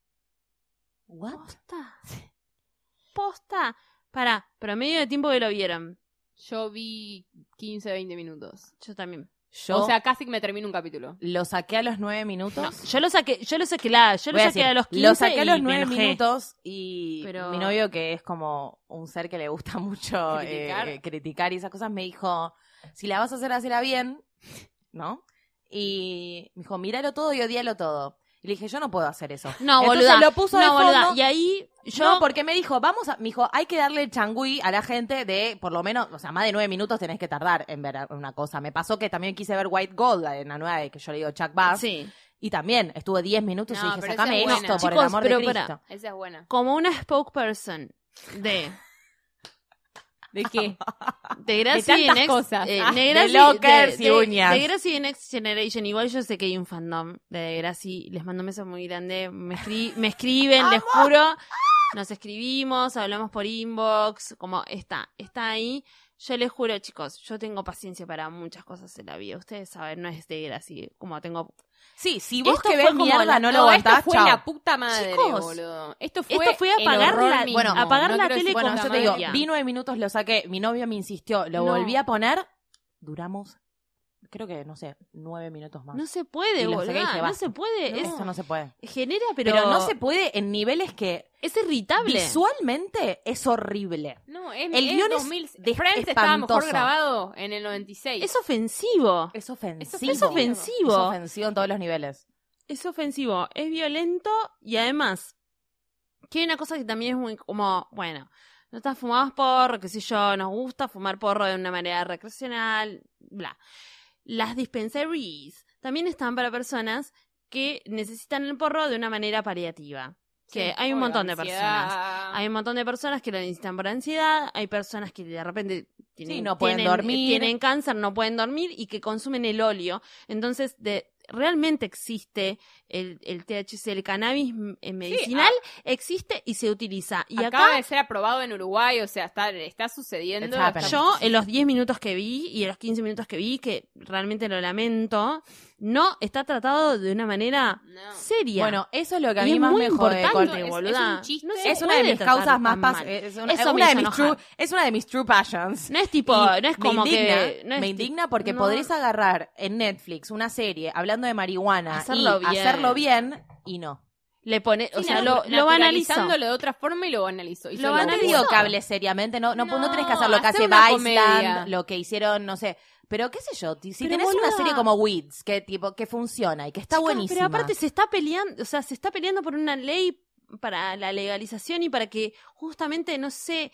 Speaker 5: What?
Speaker 3: Posta. Posta. Pará, promedio de tiempo que lo vieron.
Speaker 6: yo vi 15, 20 minutos.
Speaker 3: Yo también.
Speaker 5: Yo
Speaker 6: O sea, casi que me termino un capítulo.
Speaker 5: lo saqué a los nueve minutos.
Speaker 3: Yo lo saqué, yo lo saqué, la, yo lo
Speaker 5: Voy a
Speaker 3: saqué
Speaker 5: decir,
Speaker 3: a los 15
Speaker 5: lo saqué a los
Speaker 3: y me
Speaker 5: nueve
Speaker 3: enojé.
Speaker 5: minutos y
Speaker 3: Pero-
Speaker 5: mi novio, que es como un ser que le gusta mucho eh,
Speaker 6: Criticar.
Speaker 5: criticar. y esas cosas, me dijo, si la vas a hacer, hazla bien, ¿no? Y me dijo, míralo todo y odialo todo. Y le dije, yo no puedo hacer eso.
Speaker 3: No,
Speaker 5: Entonces
Speaker 3: boluda.
Speaker 5: lo puso
Speaker 3: no,
Speaker 5: de
Speaker 3: boluda.
Speaker 5: fondo.
Speaker 3: Y ahí yo
Speaker 5: No, porque me dijo, vamos a, me dijo, hay que darle el changüí a la gente de, por lo menos, o sea, más de nueve minutos tenés que tardar en ver una cosa. Me pasó que también quise ver White Gold, la de la nueva de que yo le digo Chuck Bass,
Speaker 3: sí.
Speaker 5: y también estuve diez minutos
Speaker 6: No,
Speaker 5: y dije,
Speaker 6: pero esa
Speaker 5: sacame
Speaker 6: es
Speaker 5: esto,
Speaker 6: buena.
Speaker 5: por el
Speaker 3: Chicos,
Speaker 5: amor
Speaker 3: pero
Speaker 5: de
Speaker 3: pará.
Speaker 5: Cristo.
Speaker 6: Esa es buena.
Speaker 3: como una spokesperson de
Speaker 6: ¿De qué?
Speaker 3: De Gracie
Speaker 6: tantas
Speaker 3: y Next,
Speaker 6: cosas.
Speaker 3: eh,
Speaker 6: Ah,
Speaker 3: de
Speaker 6: de
Speaker 3: Gracie-
Speaker 5: lockers
Speaker 3: de-
Speaker 5: y
Speaker 3: de-
Speaker 5: uñas.
Speaker 3: de Gracie y Next Generation. Igual yo sé que hay un fandom de De Gracie. Les mando un beso muy grande. Me, escri- me escriben, les juro. Nos escribimos, hablamos por inbox. Como está, está ahí. Yo les juro, chicos, yo tengo paciencia para muchas cosas en la vida. Ustedes saben, no es de Gracie. Como tengo.
Speaker 5: Sí, si vos
Speaker 3: Esto
Speaker 5: que
Speaker 3: fue
Speaker 5: ves
Speaker 3: como
Speaker 5: mierda
Speaker 3: la-
Speaker 5: no lo
Speaker 6: No,
Speaker 5: aguantás,
Speaker 6: esto fue
Speaker 5: chao.
Speaker 6: la puta madre,
Speaker 5: Chicos,
Speaker 6: boludo. Esto fue,
Speaker 3: esto fue
Speaker 6: el
Speaker 3: apagar
Speaker 6: horror
Speaker 3: la-
Speaker 6: mismo.
Speaker 3: bueno, apagar
Speaker 6: No
Speaker 3: la
Speaker 6: quiero decir
Speaker 3: tele
Speaker 6: puta
Speaker 5: Bueno, yo te
Speaker 6: madre.
Speaker 5: digo,
Speaker 3: Ya.
Speaker 5: vi nueve minutos, lo saqué, mi novio me insistió,
Speaker 3: No.
Speaker 5: lo volví a poner, duramos creo que, no sé, nueve minutos más.
Speaker 3: No se puede,
Speaker 5: Y lo
Speaker 3: boludo.
Speaker 5: saqué y dije,
Speaker 3: No
Speaker 5: basta.
Speaker 3: se puede.
Speaker 5: No,
Speaker 3: es-
Speaker 5: Eso no se puede.
Speaker 3: Genera, pero,
Speaker 5: Pero, no se puede en niveles que
Speaker 3: es irritable.
Speaker 5: visualmente es horrible.
Speaker 6: No, es,
Speaker 5: El
Speaker 6: es
Speaker 5: guión es
Speaker 6: 2000.
Speaker 5: de-
Speaker 6: Friends estaba mejor
Speaker 5: espantoso.
Speaker 6: grabado en el 96.
Speaker 3: Es ofensivo.
Speaker 5: Es ofensivo.
Speaker 3: Es ofensivo.
Speaker 5: Es ofensivo en todos los niveles.
Speaker 3: Es ofensivo, es violento y además, que hay una cosa que también es muy como, bueno, no estás fumados porro, qué sé yo, nos gusta fumar porro de una manera recreacional, bla. Las dispensaries también están para personas que necesitan el porro de una manera paliativa. Que
Speaker 6: Sí,
Speaker 3: hay un
Speaker 6: obvio,
Speaker 3: montón de
Speaker 6: ansiedad.
Speaker 3: personas. Hay un montón de personas que lo necesitan por ansiedad, hay personas que de repente tienen,
Speaker 5: Sí, no pueden
Speaker 3: tienen-
Speaker 5: dormir.
Speaker 3: tienen cáncer, no pueden dormir y que consumen el óleo. Entonces, de, realmente existe el, el THC, el cannabis m- eh, medicinal,
Speaker 5: ah,
Speaker 3: existe y se utiliza. Y acá,
Speaker 6: Acaba de ser aprobado en Uruguay, o sea, está, está sucediendo.
Speaker 5: It's happening.
Speaker 6: Yo-
Speaker 3: yo, en los 10 minutos que vi y en los 15 minutos que vi, que realmente lo lamento, no está tratado de una manera
Speaker 6: No.
Speaker 3: seria.
Speaker 5: Bueno, eso es lo que a
Speaker 3: Y
Speaker 5: mí
Speaker 3: es
Speaker 5: más
Speaker 3: muy
Speaker 5: me jode.
Speaker 3: importante,
Speaker 5: con-
Speaker 6: Es- es un
Speaker 3: boluda.
Speaker 6: chiste.
Speaker 3: No se
Speaker 5: Es una de
Speaker 3: puede
Speaker 5: mis
Speaker 3: tratar
Speaker 5: causas más
Speaker 3: tan
Speaker 5: pas-
Speaker 3: mal.
Speaker 5: es una, es
Speaker 3: Eso me
Speaker 5: una de
Speaker 3: hizo
Speaker 5: mis
Speaker 3: enojar.
Speaker 5: true, es una de mis true passions.
Speaker 3: No es tipo,
Speaker 5: Y
Speaker 3: no es como
Speaker 5: me indigna,
Speaker 3: que. no es
Speaker 5: me
Speaker 3: tipo-
Speaker 5: indigna porque
Speaker 3: no.
Speaker 5: podés agarrar en Netflix una serie hablando de marihuana
Speaker 3: Hacerlo
Speaker 5: y
Speaker 3: bien.
Speaker 5: hacerlo bien y no.
Speaker 3: Le pone, o
Speaker 6: Sí,
Speaker 3: sea,
Speaker 6: no,
Speaker 3: lo, lo banalizó.
Speaker 6: naturalizándolo de otra forma y lo banalizó. Hizo
Speaker 3: Lo
Speaker 5: Lo
Speaker 6: lo
Speaker 5: no te digo
Speaker 6: mismo.
Speaker 5: que hables seriamente, no, no, no,
Speaker 6: No,
Speaker 5: tenés que hacer lo que
Speaker 6: hacer
Speaker 5: hace
Speaker 6: una comedia.
Speaker 5: Viceland, lo que hicieron, no sé. Pero qué sé yo, ti- si
Speaker 3: Pero,
Speaker 5: tenés una
Speaker 3: boluda.
Speaker 5: serie como Weeds, que tipo que funciona y que está
Speaker 3: Chicas,
Speaker 5: buenísima.
Speaker 3: Pero aparte se está peleando, o sea, se está peleando por una ley para la legalización y para que justamente, no sé,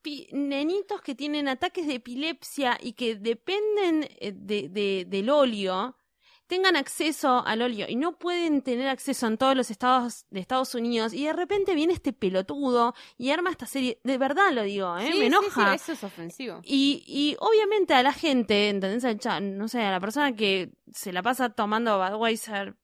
Speaker 3: pi- nenitos que tienen ataques de epilepsia y que dependen eh, de, de- del óleo tengan acceso al óleo y no pueden tener acceso en todos los estados de Estados Unidos y de repente viene este pelotudo y arma esta serie, de verdad lo digo, ¿eh?
Speaker 6: Sí,
Speaker 3: me enoja.
Speaker 6: sí, sí, eso es ofensivo.
Speaker 3: Y, y obviamente a la gente, ¿entendés? Al cha- no sé, a la persona que se la pasa tomando Budweiser.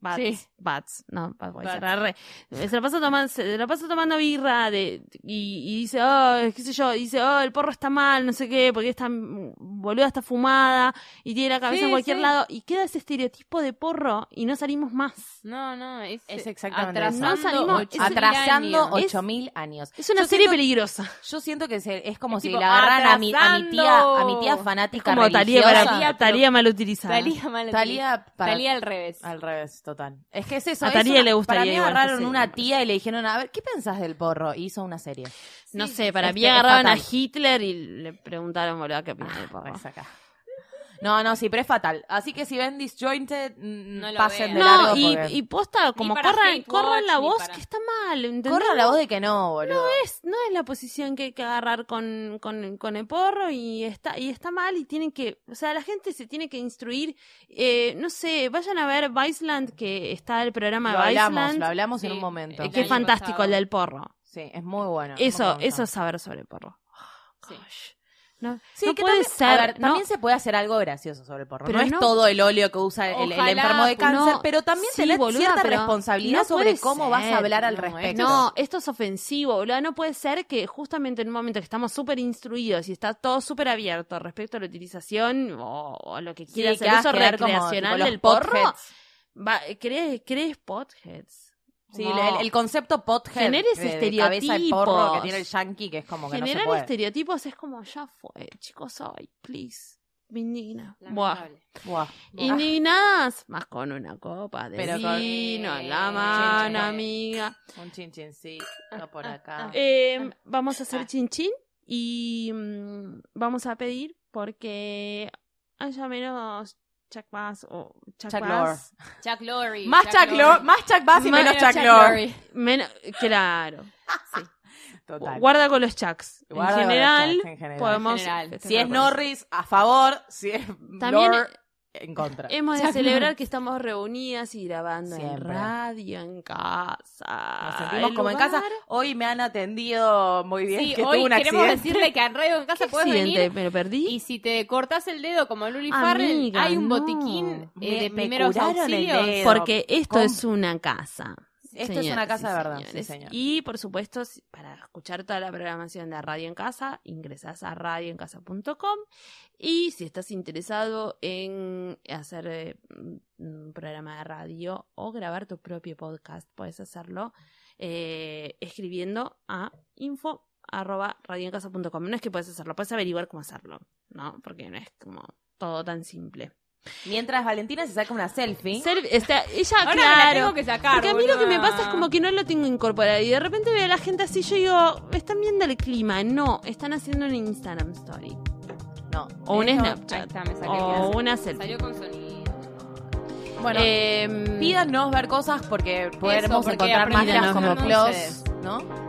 Speaker 3: Bats,
Speaker 6: Sí.
Speaker 3: Bats, no, Budweiser,
Speaker 6: Bats.
Speaker 3: arre. eh, Se la pasa tomando, se la pasa tomando birra de, y, y dice, oh, qué sé yo, y dice, oh, el porro está mal, no sé qué, porque esta mm, boluda está fumada y tiene la cabeza
Speaker 6: Sí,
Speaker 3: en cualquier
Speaker 6: sí.
Speaker 3: lado. Y queda ese estereotipo de porro y no salimos más.
Speaker 6: No, no, es, eh,
Speaker 5: Es exactamente eso.
Speaker 6: atrasando
Speaker 3: No salimos-
Speaker 6: ocho mil
Speaker 5: atrasando
Speaker 6: años.
Speaker 5: 8000 años.
Speaker 3: Es una
Speaker 5: Yo
Speaker 3: serie
Speaker 5: siento-
Speaker 3: peligrosa.
Speaker 5: Yo siento que se- es como
Speaker 6: Es
Speaker 5: si
Speaker 6: tipo,
Speaker 5: la agarran a mi, a mi tía, a mi tía
Speaker 6: atrasando.
Speaker 5: fanática
Speaker 3: Como Talía,
Speaker 5: religiosa.
Speaker 3: para,
Speaker 6: pero-
Speaker 3: Talía mal utilizada.
Speaker 6: Talía mal.
Speaker 5: Talía para-
Speaker 6: Talía al revés.
Speaker 5: Al revés, total. Es que es eso.
Speaker 3: A
Speaker 5: es
Speaker 3: Talía
Speaker 5: una-
Speaker 3: le gustaría
Speaker 5: Para mí
Speaker 3: igual que
Speaker 5: agarraron
Speaker 3: se-
Speaker 5: una tía y le dijeron, a ver, ¿qué pensás del porro? Y hizo una serie.
Speaker 3: No
Speaker 5: Sí,
Speaker 3: sé, para
Speaker 5: es
Speaker 3: mí
Speaker 5: que es
Speaker 3: agarraron a
Speaker 5: fatal. Ah,
Speaker 3: Hitler y le preguntaron, boludo, qué opinas del Ah, porro.
Speaker 5: Ves acá. No, no, sí, pero es fatal. Así que si ven Disjointed,
Speaker 6: No
Speaker 5: no
Speaker 6: lo
Speaker 5: pasen
Speaker 6: vean.
Speaker 5: de
Speaker 3: No,
Speaker 5: largo.
Speaker 3: y,
Speaker 5: porque-
Speaker 3: y posta, como
Speaker 6: para
Speaker 3: corran,
Speaker 6: hate
Speaker 3: corran
Speaker 6: watch,
Speaker 3: la
Speaker 6: ni
Speaker 3: voz
Speaker 6: para-
Speaker 3: que está mal, ¿entendés?
Speaker 5: Corra la voz de que no, boludo.
Speaker 3: es, no es la posición que hay que agarrar con, con, con el porro y está, y está mal y tienen que, o sea, la gente se tiene que instruir, eh, no sé, vayan a ver Viceland, que está el programa
Speaker 5: lo
Speaker 3: de
Speaker 5: hablamos,
Speaker 3: Viceland, eh,
Speaker 5: lo hablamos en
Speaker 6: Sí,
Speaker 5: un momento.
Speaker 6: el
Speaker 3: que es
Speaker 6: año
Speaker 3: fantástico
Speaker 6: pasado.
Speaker 3: el del porro.
Speaker 5: Sí, es muy bueno.
Speaker 3: Eso,
Speaker 5: muy bueno.
Speaker 3: eso es saber sobre el porro.
Speaker 6: Sí.
Speaker 3: Gosh. No,
Speaker 5: Sí,
Speaker 3: no
Speaker 5: que
Speaker 3: puede
Speaker 5: también,
Speaker 3: ser,
Speaker 5: a ver,
Speaker 3: no-
Speaker 5: también se puede hacer algo gracioso sobre el porro.
Speaker 3: Pero
Speaker 5: no, es
Speaker 3: no-
Speaker 5: todo el óleo que usa el, el
Speaker 6: Ojalá,
Speaker 5: enfermo de cáncer,
Speaker 3: no.
Speaker 5: pero también
Speaker 3: Sí,
Speaker 5: tenés
Speaker 3: boluda,
Speaker 5: cierta
Speaker 3: pero
Speaker 5: responsabilidad
Speaker 3: no
Speaker 5: sobre
Speaker 3: puede
Speaker 5: cómo vas
Speaker 3: ser,
Speaker 5: a hablar al
Speaker 3: no, es-
Speaker 5: respecto.
Speaker 3: No, esto es ofensivo, boludo. No puede ser que justamente en un momento que estamos súper instruidos y está todo súper abierto respecto a la utilización o, o lo que
Speaker 5: Sí,
Speaker 3: quiera
Speaker 5: que
Speaker 3: hacer eso
Speaker 5: vas a quedar como,
Speaker 3: recreacional
Speaker 5: tipo, los
Speaker 3: del porro,
Speaker 5: potheads.
Speaker 3: va, ¿crees, crees potheads?
Speaker 5: Sí,
Speaker 3: Como-
Speaker 5: el, el concepto pothead
Speaker 3: Genera ese este-
Speaker 5: de, de cabeza de porro que
Speaker 3: estereotipos.
Speaker 5: tiene el yankee, que es como que
Speaker 3: Generar
Speaker 5: no se puede.
Speaker 3: estereotipos es como ya fue, chicos, ay, please. Me indigna. Buah.
Speaker 6: Lamentable.
Speaker 5: Buah.
Speaker 3: Indignadas, más con una copa de
Speaker 5: Pero
Speaker 3: vino
Speaker 5: con-
Speaker 3: en la mano,
Speaker 5: Chin, chin.
Speaker 3: amiga.
Speaker 5: Ah, un chinchincito por acá.
Speaker 3: Eh, vamos a hacer
Speaker 6: Ah.
Speaker 3: chin chin y mm, vamos a pedir porque haya menos chacmas o chacmas.
Speaker 6: Chuck Lorre.
Speaker 5: Eh, Más Chuck Lor- más Chuck Bass y
Speaker 3: Más-
Speaker 5: menos
Speaker 3: menos
Speaker 5: Chuck
Speaker 3: Chuck
Speaker 5: Lorre.
Speaker 3: Menos, claro.
Speaker 5: Total.
Speaker 3: Guarda con los chacs.
Speaker 5: Guarda con
Speaker 3: en
Speaker 5: los
Speaker 3: general,
Speaker 5: chacs, en general.
Speaker 3: podemos.
Speaker 6: En general.
Speaker 5: Si es Norris, a favor. Si es
Speaker 3: También-
Speaker 5: Lorre, en contra.
Speaker 3: Hemos de celebrar que estamos reunidas y grabando en
Speaker 5: Siempre.
Speaker 3: radio, en casa.
Speaker 5: Nos sentimos
Speaker 3: El
Speaker 5: como en casa.
Speaker 3: lugar-
Speaker 5: Hoy me han atendido muy bien.
Speaker 6: Sí,
Speaker 5: que tuve
Speaker 6: hoy
Speaker 5: un
Speaker 6: queremos
Speaker 5: accidente.
Speaker 6: decirle que a Radio en
Speaker 3: ¿Qué
Speaker 6: Casa puedes
Speaker 3: accidente?
Speaker 6: venir.
Speaker 3: ¿Me lo perdí?
Speaker 6: Y si te cortas el dedo como Luli
Speaker 3: Amiga,
Speaker 6: Farrell, hay un
Speaker 3: no.
Speaker 6: botiquín
Speaker 5: Me-
Speaker 6: eh, de
Speaker 5: me
Speaker 6: primeros
Speaker 5: curaron el
Speaker 6: auxilios.
Speaker 5: dedo.
Speaker 3: Porque esto
Speaker 5: Com-
Speaker 3: es una casa.
Speaker 5: Esto es
Speaker 3: señoras
Speaker 5: una casa
Speaker 3: y
Speaker 5: de verdad, sí,
Speaker 3: señores.
Speaker 5: señor.
Speaker 3: Y por supuesto, si- para escuchar toda la programación de Radio en Casa, ingresas a radioencasa.com y si estás interesado en hacer eh, un programa de radio o grabar tu propio podcast, puedes hacerlo eh, escribiendo a info arroba radioencasa.com. No es que puedes hacerlo, puedes averiguar cómo hacerlo, ¿no? Porque no es como todo tan simple.
Speaker 5: Mientras Valentina se saca una selfie.
Speaker 3: Ser- está- ella,
Speaker 6: Ahora
Speaker 3: claro.
Speaker 6: me la tengo que sacar.
Speaker 3: Porque a mí lo que me
Speaker 6: boluda.
Speaker 3: pasa es como que no lo tengo incorporado. Y de repente veo a la gente así, yo digo, están viendo el clima. No, están haciendo una Instagram story.
Speaker 5: No.
Speaker 3: O un
Speaker 6: Esto- Ahí
Speaker 3: Snapchat.
Speaker 6: está, me saqué
Speaker 3: O
Speaker 6: el
Speaker 3: una selfie.
Speaker 6: Salió con sonido.
Speaker 5: Bueno,
Speaker 3: Eh,
Speaker 5: pídanos ver cosas porque podemos
Speaker 6: porque
Speaker 5: encontrar más
Speaker 6: aprendimos
Speaker 5: como
Speaker 6: con
Speaker 5: Clos,
Speaker 6: ustedes.
Speaker 5: ¿no?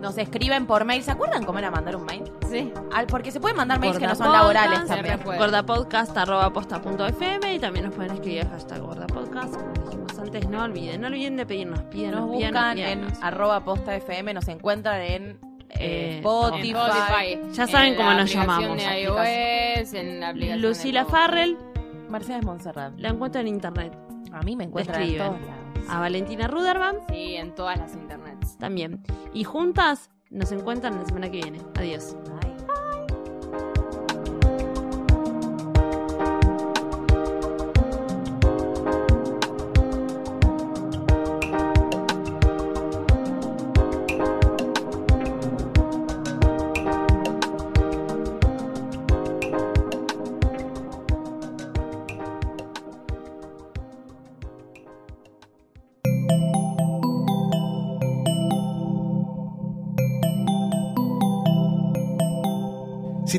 Speaker 5: Nos escriben por mail. ¿Se acuerdan cómo era mandar un mail?
Speaker 6: Sí.
Speaker 5: Al, porque se pueden mandar mails
Speaker 3: Por
Speaker 5: que no
Speaker 3: la
Speaker 5: son laborales
Speaker 3: podcast,
Speaker 5: también.
Speaker 6: se puede.
Speaker 3: gordapodcast.fm y también nos pueden escribir hashtag gordapodcast, como dijimos antes, no olviden, no olviden de pedirnos, pídanos,
Speaker 5: Nos
Speaker 3: pídanos,
Speaker 5: buscan en
Speaker 3: pídanos.
Speaker 5: arroba posta FM, nos encuentran en eh,
Speaker 3: Eh,
Speaker 5: Spotify.
Speaker 6: En Spotify.
Speaker 3: Ya saben
Speaker 6: En
Speaker 3: cómo
Speaker 6: la
Speaker 3: nos
Speaker 6: aplicación
Speaker 3: llamamos,
Speaker 6: de iOS, en la aplicación
Speaker 3: Lucila
Speaker 6: de-
Speaker 3: Farrell
Speaker 5: Mercedes Monserrat.
Speaker 3: la encuentra en internet,
Speaker 5: A mí me encuentran en
Speaker 3: Escriben.
Speaker 5: todos lados.
Speaker 3: a Valentina Ruderman
Speaker 6: Sí, en todas las internets.
Speaker 3: también. Y juntas nos encuentran la semana que viene. Adiós.
Speaker 5: Ay.
Speaker 8: Si